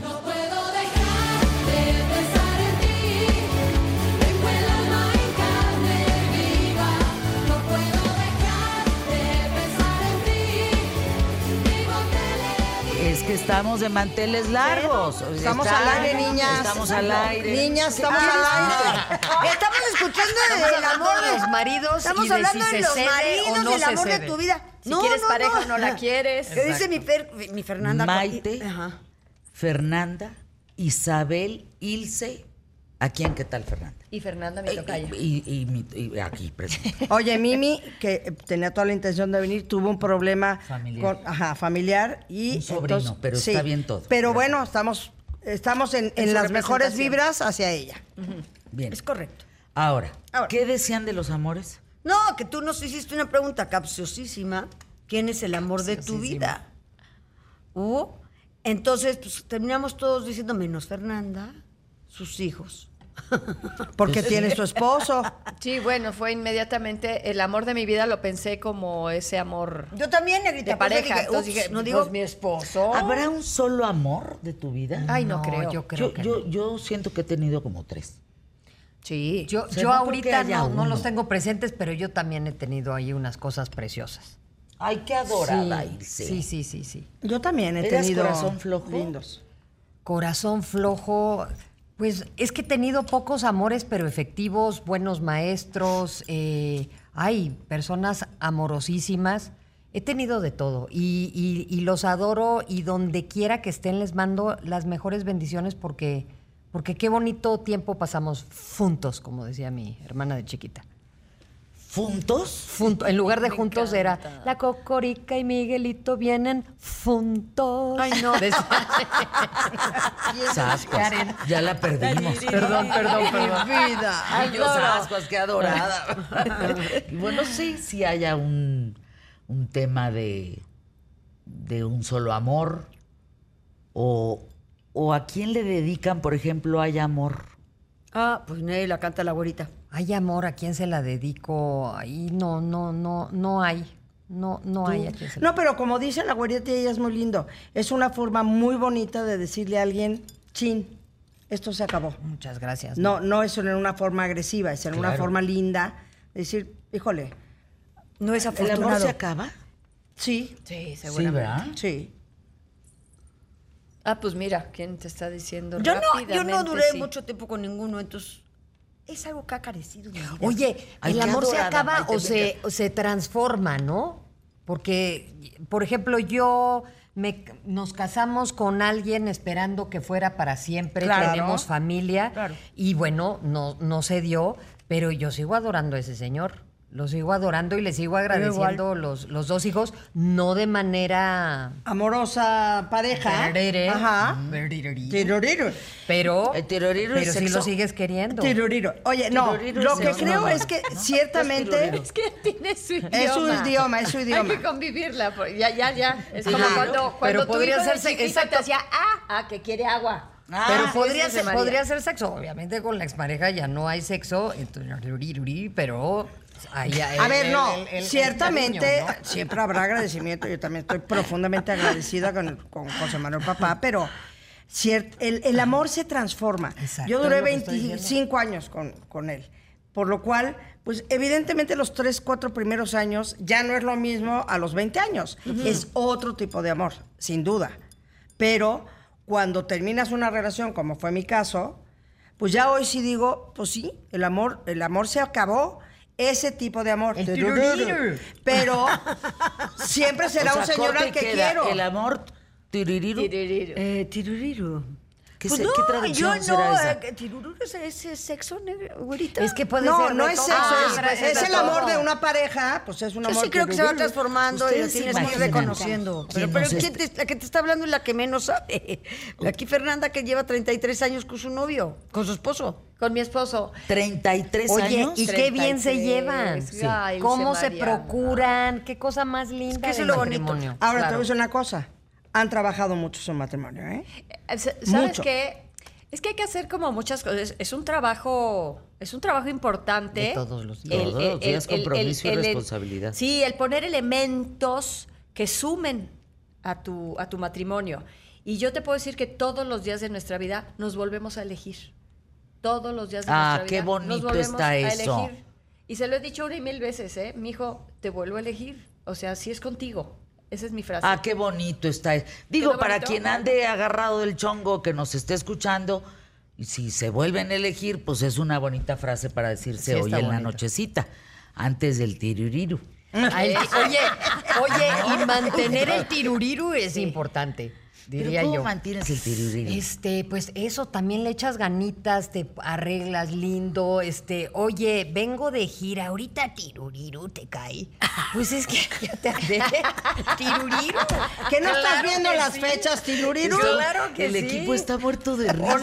Speaker 6: No puedo dejar de pensar en ti. Tengo el alma en carne viva. No puedo dejar de pensar en ti. Vivo televisión.
Speaker 1: Es que estamos de manteles largos.
Speaker 3: Estamos
Speaker 1: Está-
Speaker 3: al aire, niñas.
Speaker 1: Estamos al aire. Ah,
Speaker 3: Niñas, estamos al aire.
Speaker 5: Estamos escuchando
Speaker 2: Estamos
Speaker 5: del
Speaker 2: hablando
Speaker 5: amor
Speaker 2: de los maridos
Speaker 5: Estamos
Speaker 2: y de
Speaker 5: hablando
Speaker 2: si
Speaker 5: de
Speaker 2: se
Speaker 5: los
Speaker 2: cede
Speaker 5: maridos,
Speaker 2: o no
Speaker 5: del
Speaker 2: se
Speaker 5: amor de
Speaker 2: cede.
Speaker 5: tu vida.
Speaker 4: Si quieres pareja o no la quieres.
Speaker 5: ¿Qué dice mi, Fer- mi Fernanda?
Speaker 1: Maite,
Speaker 5: Ajá.
Speaker 1: Fernanda, Isabel, Ilse. ¿Aquí en qué tal, Fernanda?
Speaker 4: Y Fernanda me tocaya.
Speaker 1: Y, y- y mi- y aquí presente.
Speaker 3: Oye, Mimi, que eh, tenía toda la intención de venir, tuvo un problema
Speaker 1: Familiar.
Speaker 3: con- ajá, familiar y
Speaker 1: Un sobrino, pero está bien todo.
Speaker 3: Pero bueno, estamos, estamos en, en
Speaker 4: su
Speaker 3: las mejores
Speaker 4: representación.
Speaker 3: vibras hacia ella.
Speaker 1: Bien.
Speaker 5: Es correcto.
Speaker 1: Ahora,
Speaker 5: Ahora.
Speaker 1: ¿qué decían de los amores?
Speaker 5: No, que tú nos hiciste una pregunta capciosísima. ¿Quién es el amor de tu vida? Uh, entonces, pues terminamos todos diciendo, menos Fernanda, sus hijos.
Speaker 3: Porque tiene su esposo.
Speaker 4: Sí, bueno, fue inmediatamente el amor de mi vida lo pensé como ese amor
Speaker 5: Yo también, negrita.
Speaker 4: de
Speaker 5: por eso
Speaker 4: pareja.
Speaker 5: dije,
Speaker 4: Entonces
Speaker 5: ups,
Speaker 4: dije,
Speaker 5: no digo
Speaker 4: pues, mi esposo.
Speaker 1: ¿Habrá un solo amor de tu vida?
Speaker 4: Ay, no, creo.
Speaker 2: Mm. Yo creo
Speaker 1: yo,
Speaker 2: que
Speaker 1: yo, yo siento que he tenido como tres.
Speaker 4: Sí.
Speaker 2: Yo,
Speaker 1: Se
Speaker 2: yo
Speaker 1: va porque
Speaker 2: ahorita
Speaker 1: haya
Speaker 2: no, no
Speaker 1: uno.
Speaker 2: los tengo presentes, pero yo también he tenido ahí unas cosas preciosas.
Speaker 1: Ay, qué adorada, Ilse.
Speaker 2: Sí, sí, sí, sí.
Speaker 3: Yo también he
Speaker 1: ¿Eras
Speaker 3: tenido
Speaker 1: corazón flojo?
Speaker 3: lindos.
Speaker 2: Corazón flojo. Pues es que he tenido pocos amores, pero efectivos, buenos maestros, eh, hay personas amorosísimas. He tenido de todo y, y- y los adoro y donde quiera que estén les mando las mejores bendiciones porque, porque qué bonito tiempo pasamos juntos, como decía mi hermana de chiquita.
Speaker 1: ¿Funtos?
Speaker 2: Junto- en lugar de juntos era la Cocorica y Miguelito vienen juntos. Ay, no.
Speaker 1: Sascuas. Ya la perdimos.
Speaker 2: perdón, perdón, perdón.
Speaker 1: Ay, yo, Sascuas, qué adorada. y bueno, sí, sí haya un, un tema de, de un solo amor. O, o a quién le dedican, por ejemplo, hay amor.
Speaker 5: Ah, pues nadie la canta la abuelita.
Speaker 2: Ay, amor, ¿a quién se la dedico? Ay, no, no, no, no hay. No, no hay a quién se la
Speaker 3: No, pero como dice la güerita, ella es muy lindo. Es una forma muy bonita de decirle a alguien, chin, esto se acabó.
Speaker 2: Muchas gracias.
Speaker 3: No, no es en una forma agresiva, es en una
Speaker 1: Claro.
Speaker 3: forma linda. Decir, híjole,
Speaker 5: No es
Speaker 1: ¿El
Speaker 5: afortunado.
Speaker 1: amor se acaba?
Speaker 3: sí,
Speaker 4: Sí,
Speaker 1: Sí,
Speaker 4: seguramente.
Speaker 1: ¿verdad?
Speaker 3: sí.
Speaker 4: ah, pues mira, ¿quién te está diciendo?
Speaker 5: Yo no, yo no
Speaker 4: Rápidamente,
Speaker 5: duré
Speaker 4: sí.
Speaker 5: mucho tiempo con ninguno, entonces es algo que ha carecido. mi vida.
Speaker 2: Oye,
Speaker 1: Ay,
Speaker 2: el
Speaker 1: qué
Speaker 2: amor se
Speaker 1: adorada,
Speaker 2: acaba
Speaker 1: ay, te
Speaker 2: o se, o se transforma, ¿no? Porque, por ejemplo, yo me, nos casamos con alguien esperando que fuera para siempre,
Speaker 3: Claro.
Speaker 2: tenemos familia,
Speaker 3: Claro.
Speaker 2: y bueno, no, no se dio, pero yo sigo adorando a ese señor. Lo sigo adorando y le sigo agradeciendo los, los dos hijos, no de manera
Speaker 3: Amorosa pareja.
Speaker 2: Tarere.
Speaker 3: Ajá.
Speaker 2: Tarere.
Speaker 3: Tiroriro.
Speaker 2: Mm. Pero,
Speaker 1: El tiroriro es
Speaker 2: pero si
Speaker 1: sexo.
Speaker 2: lo sigues queriendo.
Speaker 3: Tiroriro. Oye, no,
Speaker 1: Tiroriro
Speaker 3: lo
Speaker 1: es
Speaker 3: que
Speaker 1: sexo,
Speaker 3: creo
Speaker 1: mamá.
Speaker 3: es que
Speaker 1: ¿No?
Speaker 3: ciertamente...
Speaker 1: tiroriro.
Speaker 4: Es que tiene su idioma.
Speaker 3: Es su idioma, es su idioma.
Speaker 4: Hay que convivirla. por- Ya, ya, ya. Es como
Speaker 3: Claro.
Speaker 4: cuando, cuando
Speaker 2: Pero
Speaker 4: tu
Speaker 2: podría
Speaker 4: hijo de
Speaker 2: ser-
Speaker 4: chiquito
Speaker 2: exacto.
Speaker 4: te hacía, ah, ah, que quiere agua.
Speaker 2: pero
Speaker 4: Ah,
Speaker 2: podría,
Speaker 4: ese se
Speaker 2: ser,
Speaker 4: María.
Speaker 2: podría ser sexo. Obviamente con la expareja ya no hay sexo, entonces, ririri, pero... ahí-
Speaker 3: A
Speaker 2: el-
Speaker 3: ver,
Speaker 2: el-
Speaker 3: no,
Speaker 2: el- el- el
Speaker 3: ciertamente
Speaker 2: cariño, ¿no?
Speaker 3: siempre habrá agradecimiento. Yo también estoy profundamente agradecida con, con José Manuel Papá, pero cier- el, el amor se transforma.
Speaker 2: Exacto,
Speaker 3: Yo duré
Speaker 2: es lo que estoy diciendo.
Speaker 3: 25 años con, con él, por lo cual, pues evidentemente los 3, 4 primeros años ya no es lo mismo a los 20 años. Es otro tipo de amor, sin duda. Pero cuando terminas una relación, como fue mi caso, pues ya hoy sí digo, pues sí, el amor, el amor se acabó. Ese tipo de amor.
Speaker 2: El tiruriru.
Speaker 3: Pero siempre será
Speaker 1: O sea,
Speaker 3: un señor
Speaker 1: corte
Speaker 3: al que
Speaker 1: queda
Speaker 3: quiero.
Speaker 1: El amor tiririru.
Speaker 4: Tiririru.
Speaker 5: Eh, tiruriru.
Speaker 1: ¿Qué
Speaker 2: Pues
Speaker 1: se- qué traducción
Speaker 5: Pues yo
Speaker 1: será
Speaker 5: no,
Speaker 1: esa?
Speaker 5: eh, tiruriru es ese sexo negro, güerita.
Speaker 2: Es que puede
Speaker 3: no,
Speaker 2: ser...
Speaker 3: no
Speaker 2: de
Speaker 3: es
Speaker 2: todo.
Speaker 3: sexo,
Speaker 2: Ah,
Speaker 3: es-
Speaker 2: puede
Speaker 3: es,
Speaker 2: ser de
Speaker 3: el
Speaker 2: todo.
Speaker 3: amor de una pareja, pues es un
Speaker 5: Yo
Speaker 3: amor.
Speaker 5: sí creo que se va
Speaker 3: tiruriru.
Speaker 5: transformando y la
Speaker 1: Ustedes se
Speaker 5: tienes que ir
Speaker 1: imaginan.
Speaker 5: reconociendo. Pero,
Speaker 1: ¿Quién
Speaker 5: pero
Speaker 1: nos
Speaker 5: ¿quién te- la que te está hablando es la que menos sabe. Aquí Fernanda que lleva 33 años con su novio, con su esposo.
Speaker 4: Con mi esposo.
Speaker 1: 33
Speaker 2: Oye,
Speaker 1: años.
Speaker 2: y qué bien se
Speaker 4: 33.
Speaker 2: llevan.
Speaker 4: Sí. Ay,
Speaker 2: ¿Cómo
Speaker 4: Dulce
Speaker 2: se
Speaker 4: María.
Speaker 2: procuran? Qué cosa más linda
Speaker 5: que eso
Speaker 2: del
Speaker 5: es lo bonito.
Speaker 2: matrimonio.
Speaker 3: Ahora te
Speaker 2: Claro.
Speaker 3: voy a decir una cosa. Han trabajado mucho su matrimonio, ¿eh?
Speaker 4: Eh, sa- ¿Sabes
Speaker 3: Mucho.
Speaker 4: qué? Es que hay que hacer como muchas cosas. Es, es un trabajo, es un trabajo importante.
Speaker 2: De todos los días.
Speaker 1: Todos los días, compromiso y responsabilidad.
Speaker 4: sí, el poner elementos que sumen a tu, a tu matrimonio. Y yo te puedo decir que todos los días de nuestra vida nos volvemos a elegir. Todos los días de
Speaker 1: Ah,
Speaker 4: nuestra vida.
Speaker 1: qué bonito
Speaker 4: nos volvemos
Speaker 1: está
Speaker 4: a
Speaker 1: eso.
Speaker 4: elegir. Y se lo he dicho una y mil veces, ¿eh? Mi hijo, te vuelvo a elegir. O sea, si es contigo. Esa es mi frase.
Speaker 1: Ah, qué bonito está. Digo,
Speaker 4: ¿Quedó
Speaker 1: para
Speaker 4: bonito?
Speaker 1: quien ande agarrado del chongo que nos esté escuchando, y si se vuelven a elegir, pues es una bonita frase para decirse
Speaker 2: Sí,
Speaker 1: hoy en
Speaker 2: está
Speaker 1: la
Speaker 2: bonita.
Speaker 1: nochecita, antes del tiruriru.
Speaker 2: Ay, oye, oye, y mantener el tiruriru es importante, diría
Speaker 1: ¿Pero cómo
Speaker 2: yo.
Speaker 1: mantienes el tiruriru?
Speaker 2: Este, pues eso también le echas ganitas, te arreglas lindo, este, oye, vengo de gira, ahorita tiruriru te cae. Pues es que ya te arreglé. tiruriru.
Speaker 3: Que no estás
Speaker 2: Claro
Speaker 3: viendo
Speaker 2: que
Speaker 3: las
Speaker 2: sí.
Speaker 3: fechas, tiruriru.
Speaker 1: Está-
Speaker 2: claro que
Speaker 1: El
Speaker 2: sí.
Speaker 1: equipo está muerto de
Speaker 2: O
Speaker 1: risa.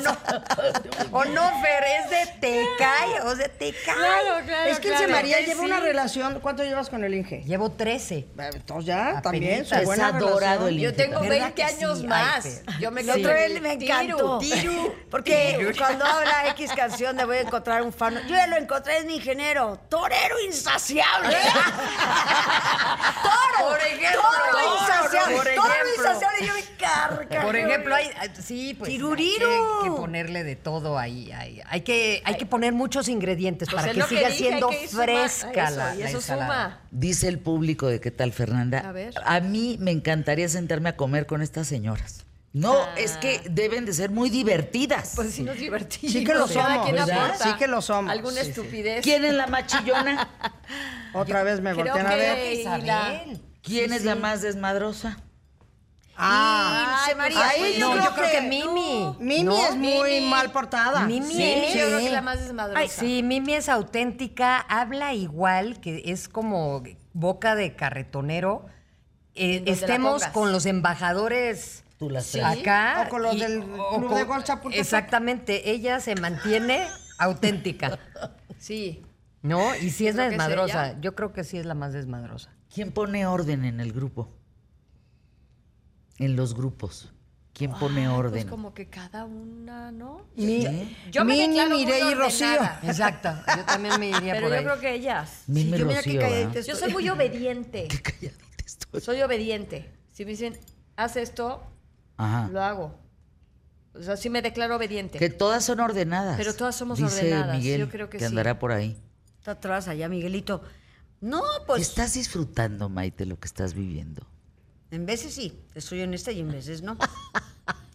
Speaker 2: no, o no, Fer, es de te cae, o sea, te cae.
Speaker 4: Claro, claro,
Speaker 3: es que Ilse
Speaker 4: claro.
Speaker 3: María
Speaker 4: Sí.
Speaker 3: lleva una relación. ¿Cuánto llevas con el Inge?
Speaker 2: Llevo 13.
Speaker 3: Entonces ya, también. Su
Speaker 2: Apenitas.
Speaker 3: buena
Speaker 1: Es adorado
Speaker 3: relación.
Speaker 1: el
Speaker 4: Yo tengo
Speaker 2: ¿Verdad
Speaker 4: 20
Speaker 2: que sí?
Speaker 4: años
Speaker 2: Ay,
Speaker 4: más.
Speaker 2: Fer.
Speaker 4: Yo me
Speaker 5: La
Speaker 4: quedo
Speaker 5: otra
Speaker 4: en
Speaker 5: vez
Speaker 4: el
Speaker 5: me
Speaker 4: tiro.
Speaker 5: encantó. Tiru. Porque cuando habla X canción de voy a encontrar un fan. Yo ya lo encontré, es mi ingeniero. Torero insaciable. toro.
Speaker 2: Por ejemplo,
Speaker 5: toro
Speaker 2: toro,
Speaker 5: insaciable.
Speaker 2: por
Speaker 5: toro
Speaker 2: ejemplo.
Speaker 5: insaciable. Yo me
Speaker 3: Arca.
Speaker 2: Por ejemplo, hay, hay- sí, pues
Speaker 5: Tiruriru.
Speaker 2: hay que, que ponerle de todo ahí. Hay, hay que, hay que poner muchos ingredientes
Speaker 4: Pues
Speaker 2: para
Speaker 4: es
Speaker 2: que
Speaker 4: lo
Speaker 2: siga
Speaker 4: dije,
Speaker 2: siendo
Speaker 4: hay que ir suma-
Speaker 2: fresca
Speaker 4: eso,
Speaker 2: la,
Speaker 4: Y
Speaker 2: la
Speaker 4: eso
Speaker 2: ensalada.
Speaker 4: suma.
Speaker 1: Dice el público de qué tal, Fernanda.
Speaker 4: A ver.
Speaker 1: mí me encantaría sentarme a comer con estas señoras. No, es que
Speaker 2: Ah.
Speaker 1: deben de ser muy divertidas.
Speaker 4: Pues sí nos divertimos.
Speaker 3: Sí que lo
Speaker 4: Cada
Speaker 3: somos,
Speaker 4: quien
Speaker 3: ¿verdad?
Speaker 4: aporta
Speaker 3: Sí que lo somos.
Speaker 4: Alguna
Speaker 3: Sí, sí.
Speaker 4: estupidez.
Speaker 1: ¿Quién es la más chillona?
Speaker 3: Otra vez me
Speaker 4: Creo
Speaker 3: voltean a
Speaker 4: que-
Speaker 3: ver.
Speaker 4: Y
Speaker 2: Isabel.
Speaker 4: la-
Speaker 1: ¿Quién es la más desmadrosa?
Speaker 3: Ah,
Speaker 4: Ay, María,
Speaker 3: ahí
Speaker 4: pues
Speaker 2: No,
Speaker 3: yo
Speaker 4: no.
Speaker 3: creo
Speaker 2: yo creo
Speaker 3: que-
Speaker 2: que Mimi.
Speaker 3: Mimi
Speaker 2: ¿no?
Speaker 3: es muy
Speaker 4: Mimi.
Speaker 3: mal portada.
Speaker 2: Mimi
Speaker 4: Sí,
Speaker 2: es.
Speaker 4: yo creo que la más desmadrosa.
Speaker 2: Ay, sí, Mimi es auténtica, habla igual, que es como boca de carretonero. Eh,
Speaker 4: donde la
Speaker 2: estemos
Speaker 4: pongas.
Speaker 2: con los embajadores
Speaker 1: Tú las
Speaker 4: Sí.
Speaker 1: traes.
Speaker 2: acá.
Speaker 3: O con los del Club de Golf Chapultepec.
Speaker 2: Exactamente, ella se mantiene auténtica,
Speaker 4: Sí.
Speaker 2: ¿no? Y sí es
Speaker 4: creo que es
Speaker 2: desmadrosa.
Speaker 4: ella.
Speaker 2: Yo creo que sí es la más desmadrosa.
Speaker 1: ¿Quién pone orden en el grupo? En los grupos. ¿Quién pone
Speaker 4: Pues
Speaker 1: orden?
Speaker 4: como que cada una, ¿no?
Speaker 3: Mi-
Speaker 4: Yo me
Speaker 3: Mini,
Speaker 4: declaro muy
Speaker 3: Mireille y Rocío.
Speaker 4: ordenada.
Speaker 2: Exacto, yo también me iría
Speaker 4: Pero
Speaker 2: por
Speaker 4: yo
Speaker 2: ahí.
Speaker 4: creo que ellas.
Speaker 1: Mimi
Speaker 3: Sí, yo mira qué
Speaker 1: Rocío,
Speaker 3: calladita
Speaker 1: ¿verdad?
Speaker 4: Yo soy muy obediente.
Speaker 1: Qué calladita estoy.
Speaker 4: Soy obediente. Si me dicen, haz esto,
Speaker 1: Ajá.
Speaker 4: lo hago. O sea, sí me declaro obediente.
Speaker 1: Que todas son ordenadas.
Speaker 4: Pero todas somos
Speaker 1: dice
Speaker 4: ordenadas,
Speaker 1: Miguel,
Speaker 4: yo creo que sí.
Speaker 1: andará por ahí.
Speaker 5: Está atrás allá, Miguelito. No, pues
Speaker 1: ¿Estás disfrutando, Maite, lo que estás viviendo?
Speaker 5: en veces sí, estoy honesta y en veces no.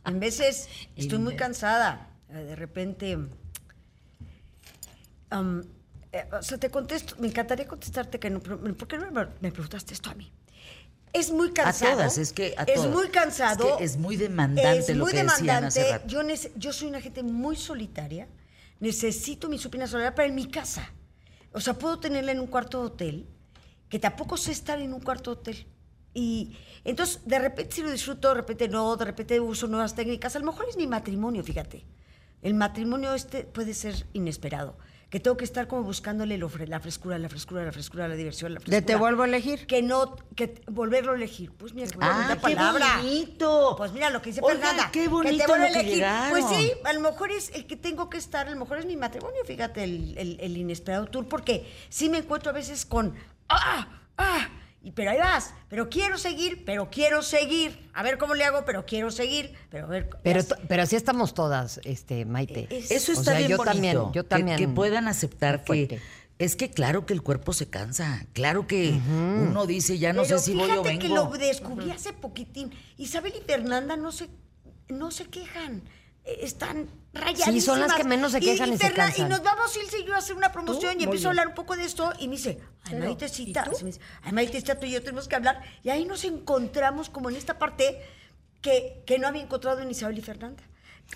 Speaker 5: en veces estoy muy cansada. Eh, De repente... am, eh, o sea, te contesto, me encantaría contestarte que no, pero ¿por qué no me, me preguntaste esto a mí? Es muy cansado.
Speaker 1: A todas, es que a
Speaker 5: Es
Speaker 1: todas.
Speaker 5: muy cansado.
Speaker 1: Es, que es muy demandante
Speaker 5: Es
Speaker 1: lo
Speaker 5: muy
Speaker 1: que decían
Speaker 5: demandante.
Speaker 1: hace rato.
Speaker 5: Yo, nece- yo soy una gente muy solitaria. Necesito mi supina soledad para en mi casa. O sea, puedo tenerla en un cuarto de hotel, que tampoco sé estar en un cuarto de hotel. Y entonces, de repente sí lo disfruto, de repente no, de repente uso nuevas técnicas. A lo mejor es mi matrimonio, fíjate. El matrimonio este puede ser inesperado. Que tengo que estar como buscándole lo fre- la frescura, la frescura, la frescura, la diversión, la frescura.
Speaker 3: te vuelvo a elegir.
Speaker 5: Que no, que t- volverlo a elegir. Pues mira, qué
Speaker 1: ¡Ah,
Speaker 5: bonita
Speaker 1: qué
Speaker 5: palabra.
Speaker 1: bonito!
Speaker 5: Pues mira lo que dice
Speaker 1: Oigan,
Speaker 5: Fernanda.
Speaker 1: qué
Speaker 5: que te
Speaker 1: bonito
Speaker 5: vuelve
Speaker 1: lo que
Speaker 5: a elegir.
Speaker 1: llegaron.
Speaker 5: Pues sí, a lo mejor es el que tengo que estar, a lo mejor es mi matrimonio, fíjate, el, el- el inesperado tour, porque sí me encuentro a veces con ¡ah! ¡ah! Y, pero ahí vas, pero quiero seguir, pero quiero seguir. A ver cómo le hago, pero quiero seguir, pero a ver.
Speaker 2: Pero,
Speaker 5: ya
Speaker 2: to- pero así estamos todas, este, Maite.
Speaker 5: Es-
Speaker 1: Eso
Speaker 2: O
Speaker 1: está
Speaker 2: sea,
Speaker 1: bien
Speaker 2: yo
Speaker 1: bonito,
Speaker 2: también, yo
Speaker 1: que-
Speaker 2: también.
Speaker 1: Que, puedan aceptar que
Speaker 2: Fuerte.
Speaker 1: es que claro que el cuerpo se cansa, claro que uno dice ya no
Speaker 5: Pero
Speaker 1: sé si voy o
Speaker 5: fíjate
Speaker 1: vengo.
Speaker 5: que lo descubrí hace poquitín. Isabel y Fernanda no se, no se quejan. Eh, Están rayadísimas.
Speaker 2: Sí, son las que menos se
Speaker 5: Y-
Speaker 2: quejan y se
Speaker 5: Fernan-
Speaker 2: cansan.
Speaker 5: Y nos vamos Ilse y yo a hacer una promoción y empiezo a hablar un poco de esto y me dice, ay,
Speaker 4: Pero,
Speaker 5: Maritecita,
Speaker 4: ¿y tú?
Speaker 5: sí, me dice, ay, Maritecita, tú y yo tenemos que hablar. Y ahí nos encontramos como en esta parte que, que no había encontrado en Isabel y Fernanda.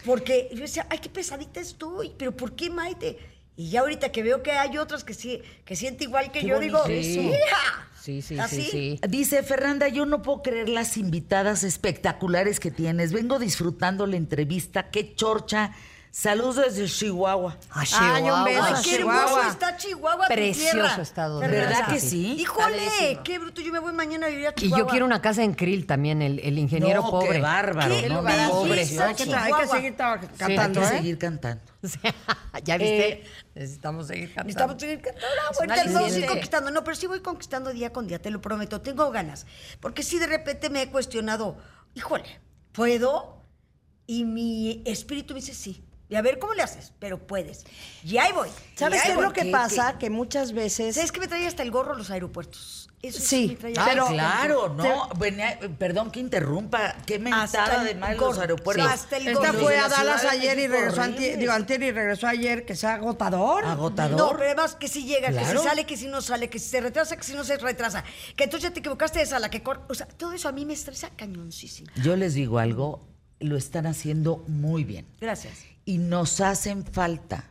Speaker 5: Porque yo decía, ay, qué pesadita estoy, pero ¿por qué Maite? Y ya ahorita que veo que hay otras que sí, que siente igual que
Speaker 1: Qué
Speaker 5: yo, digo,
Speaker 1: bonito eso.
Speaker 5: ¡hija!
Speaker 2: Sí, sí,
Speaker 5: Así.
Speaker 2: sí, sí.
Speaker 1: Dice Fernanda, yo no puedo creer las invitadas espectaculares que tienes. Vengo disfrutando la entrevista, qué chorcha. Saludos desde Chihuahua.
Speaker 2: A
Speaker 3: Ay, un beso
Speaker 5: Ay,
Speaker 3: a
Speaker 5: qué
Speaker 3: Chihuahua.
Speaker 5: hermoso está Chihuahua. tu
Speaker 2: Precioso
Speaker 5: tierra.
Speaker 2: estado de
Speaker 5: Fernanda.
Speaker 1: ¿Verdad que sí?
Speaker 5: Híjole,
Speaker 4: Padrísimo.
Speaker 5: qué bruto. Yo me voy mañana a vivir a
Speaker 2: Y
Speaker 5: Chihuahua.
Speaker 2: yo quiero una casa en Krill también, el, el ingeniero
Speaker 1: No,
Speaker 2: pobre.
Speaker 1: Qué bárbaro,
Speaker 5: Qué
Speaker 1: no,
Speaker 5: lugar
Speaker 1: pobre.
Speaker 5: precioso.
Speaker 3: Hay que, tra- hay que seguir tra-
Speaker 1: Hay
Speaker 3: cantando,
Speaker 1: que
Speaker 3: ¿eh?
Speaker 1: seguir cantando.
Speaker 2: ya viste, necesitamos seguir cantando.
Speaker 5: Necesitamos tener que
Speaker 4: Es un
Speaker 5: ahorita no
Speaker 4: aliciente.
Speaker 5: estoy conquistando. No, pero sí voy conquistando día con día, te lo prometo. Tengo ganas. Porque sí de repente me he cuestionado, híjole, ¿puedo? Y mi espíritu me dice sí. Y a ver cómo le haces, pero puedes. Y ahí voy.
Speaker 3: ¿Sabes
Speaker 5: Y ahí
Speaker 3: qué es
Speaker 5: voy.
Speaker 3: lo que pasa? Que muchas veces...
Speaker 5: ¿Sabes que me trae hasta el gorro los aeropuertos? Eso
Speaker 3: Sí.
Speaker 5: me trae
Speaker 1: Ay,
Speaker 5: hasta-
Speaker 3: Pero-
Speaker 1: claro, no. venía- perdón que interrumpa. Qué mentada
Speaker 5: el
Speaker 1: de mal
Speaker 5: gorro.
Speaker 1: los aeropuertos.
Speaker 5: Sí, hasta el
Speaker 1: Los
Speaker 5: gorro.
Speaker 3: Esta
Speaker 1: de
Speaker 3: fue
Speaker 1: la
Speaker 3: a Dallas
Speaker 1: Ciudad de
Speaker 3: ayer y
Speaker 1: México,
Speaker 3: regresó antier,
Speaker 1: horribles.
Speaker 3: digo, antier y regresó ayer, que sea agotador.
Speaker 1: Agotador.
Speaker 5: No, pero además que si llega, que
Speaker 1: Claro.
Speaker 5: si sale, que si no sale, que si se retrasa, que si no se retrasa, que entonces ya te equivocaste de sala, que cor- O sea, todo eso a mí me estresa cañoncísimo.
Speaker 1: Yo les digo algo, lo están haciendo muy bien.
Speaker 5: Gracias.
Speaker 1: Y nos hacen falta.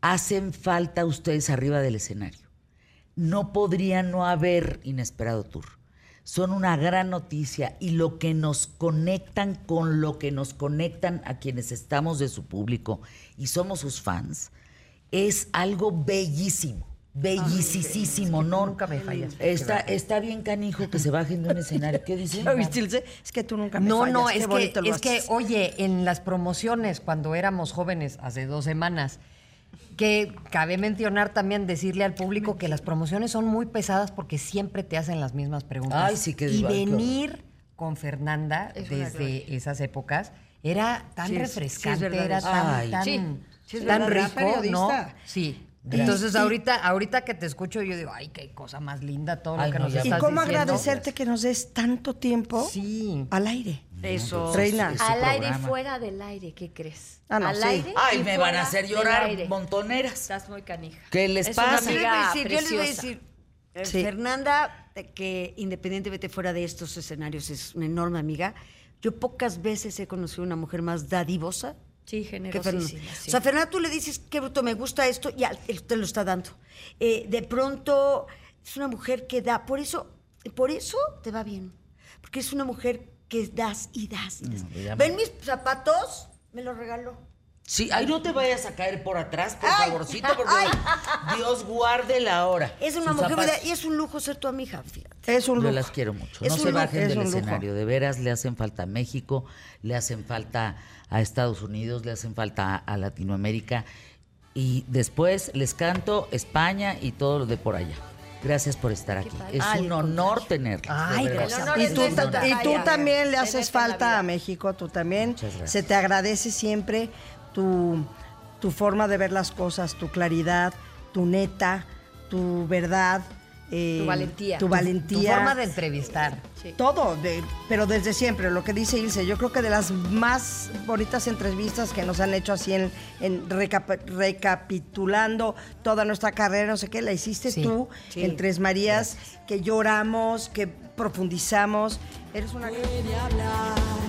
Speaker 1: Hacen falta ustedes arriba del escenario. No podría no haber Inesperado Tour. Son una gran noticia y lo que nos conectan con lo que nos conectan a quienes estamos de su público y somos sus fans es algo bellísimo, bellicísimo, ¿no? Nunca me fallas. Está, está bien canijo que se bajen de un escenario. ¿Qué dicen?
Speaker 3: ¿Ya viste, Ilse? Es que tú nunca me
Speaker 2: No,
Speaker 3: fallas,
Speaker 2: no,
Speaker 3: qué
Speaker 2: es que,
Speaker 3: bonito lo
Speaker 2: es que,
Speaker 3: haces.
Speaker 2: oye, en las promociones, cuando éramos jóvenes, hace dos semanas, que cabe mencionar también, decirle al público que las promociones son muy pesadas porque siempre te hacen las mismas preguntas.
Speaker 1: Ay, sí, qué
Speaker 2: Y
Speaker 1: igual, qué horror.
Speaker 2: venir con Fernanda
Speaker 4: Es una
Speaker 2: desde esas épocas era tan
Speaker 4: Sí, es- sí es
Speaker 2: refrescante,
Speaker 4: verdad
Speaker 2: era
Speaker 4: eso.
Speaker 2: tan,
Speaker 1: Ay.
Speaker 2: tan,
Speaker 4: Sí, sí es
Speaker 2: tan
Speaker 3: verdad.
Speaker 2: rico, ¿no?
Speaker 3: Periodista.
Speaker 2: Sí.
Speaker 1: Gracias.
Speaker 2: Entonces ahorita, ahorita que te escucho yo digo, ay, qué cosa más linda todo
Speaker 1: Ay,
Speaker 2: lo que
Speaker 1: no,
Speaker 2: nos
Speaker 1: ya.
Speaker 2: estás
Speaker 3: ¿Y cómo
Speaker 2: diciendo.
Speaker 3: agradecerte que nos des tanto tiempo
Speaker 2: Sí.
Speaker 3: al aire?
Speaker 4: Eso.
Speaker 3: Reina.
Speaker 1: Es su
Speaker 4: Al aire y
Speaker 1: pues, programa.
Speaker 4: fuera del aire, ¿qué crees?
Speaker 3: Ah, no,
Speaker 4: Al
Speaker 3: sí.
Speaker 4: aire.
Speaker 1: Ay,
Speaker 4: y
Speaker 1: me van
Speaker 4: fuera
Speaker 1: a hacer
Speaker 4: del aire.
Speaker 1: llorar montoneras.
Speaker 4: Estás muy canija.
Speaker 1: ¿Qué les
Speaker 4: Es
Speaker 1: pasa?
Speaker 4: Una amiga
Speaker 5: yo les voy a decir, yo les voy a
Speaker 4: preciosa.
Speaker 5: decir, eh,
Speaker 3: Sí.
Speaker 5: Fernanda, eh, que independientemente fuera de estos escenarios, es una enorme amiga. Yo pocas veces he conocido una mujer más dadivosa
Speaker 4: Sí,
Speaker 5: que Fernanda.
Speaker 4: generosísima. sí.
Speaker 5: O sea, Fernanda, tú le dices, qué bruto, me gusta esto, y al- él te lo está dando. Eh, de pronto, es una mujer que da. Por eso, por eso te va bien. Porque es una mujer que das y das y das.
Speaker 1: No, ya me-
Speaker 5: ¿Ven mis zapatos? Me los regaló.
Speaker 1: Sí, ay, no te vayas a caer por atrás, por
Speaker 5: Ay.
Speaker 1: favorcito, porque
Speaker 5: Ay.
Speaker 1: Dios guarde la hora.
Speaker 5: Es una
Speaker 1: Sus
Speaker 5: mujer,
Speaker 1: zapatos.
Speaker 5: y es un lujo ser tu amiga, fíjate.
Speaker 3: Es un
Speaker 1: Yo
Speaker 3: lujo.
Speaker 1: las quiero mucho.
Speaker 5: Es
Speaker 1: no
Speaker 5: un
Speaker 1: se
Speaker 5: lujo,
Speaker 1: bajen
Speaker 3: es
Speaker 1: del
Speaker 3: un lujo.
Speaker 1: escenario. De veras, le hacen falta a México, le hacen falta a Estados Unidos, le hacen falta a Latinoamérica. Y después les canto España y todo lo de por allá. Gracias por estar aquí. Es
Speaker 4: Ay,
Speaker 1: un honor tenerlos. de
Speaker 2: Ay,
Speaker 1: verdad.
Speaker 2: el honor
Speaker 3: Y
Speaker 4: es
Speaker 3: tú,
Speaker 4: nuestro,
Speaker 3: y tú
Speaker 4: Taya.
Speaker 3: también le haces
Speaker 4: Tenerte en la
Speaker 3: falta
Speaker 4: vida.
Speaker 3: a México, tú también.
Speaker 1: Muchas gracias.
Speaker 3: Se te agradece siempre tu, tu forma de ver las cosas, tu claridad, tu neta, tu verdad. eh,
Speaker 4: Tu valentía.
Speaker 3: Tu
Speaker 4: Tu- tu
Speaker 2: Tu
Speaker 3: valentía.
Speaker 2: forma de entrevistar.
Speaker 3: Todo, de- pero desde siempre, lo que dice Ilse, yo creo que de las más bonitas entrevistas que nos han hecho así en, en recap- recapitulando toda nuestra carrera, no sé qué, la hiciste
Speaker 2: Sí.
Speaker 3: tú en Tres Marías, que lloramos, que profundizamos. Eres una...
Speaker 7: puede hablar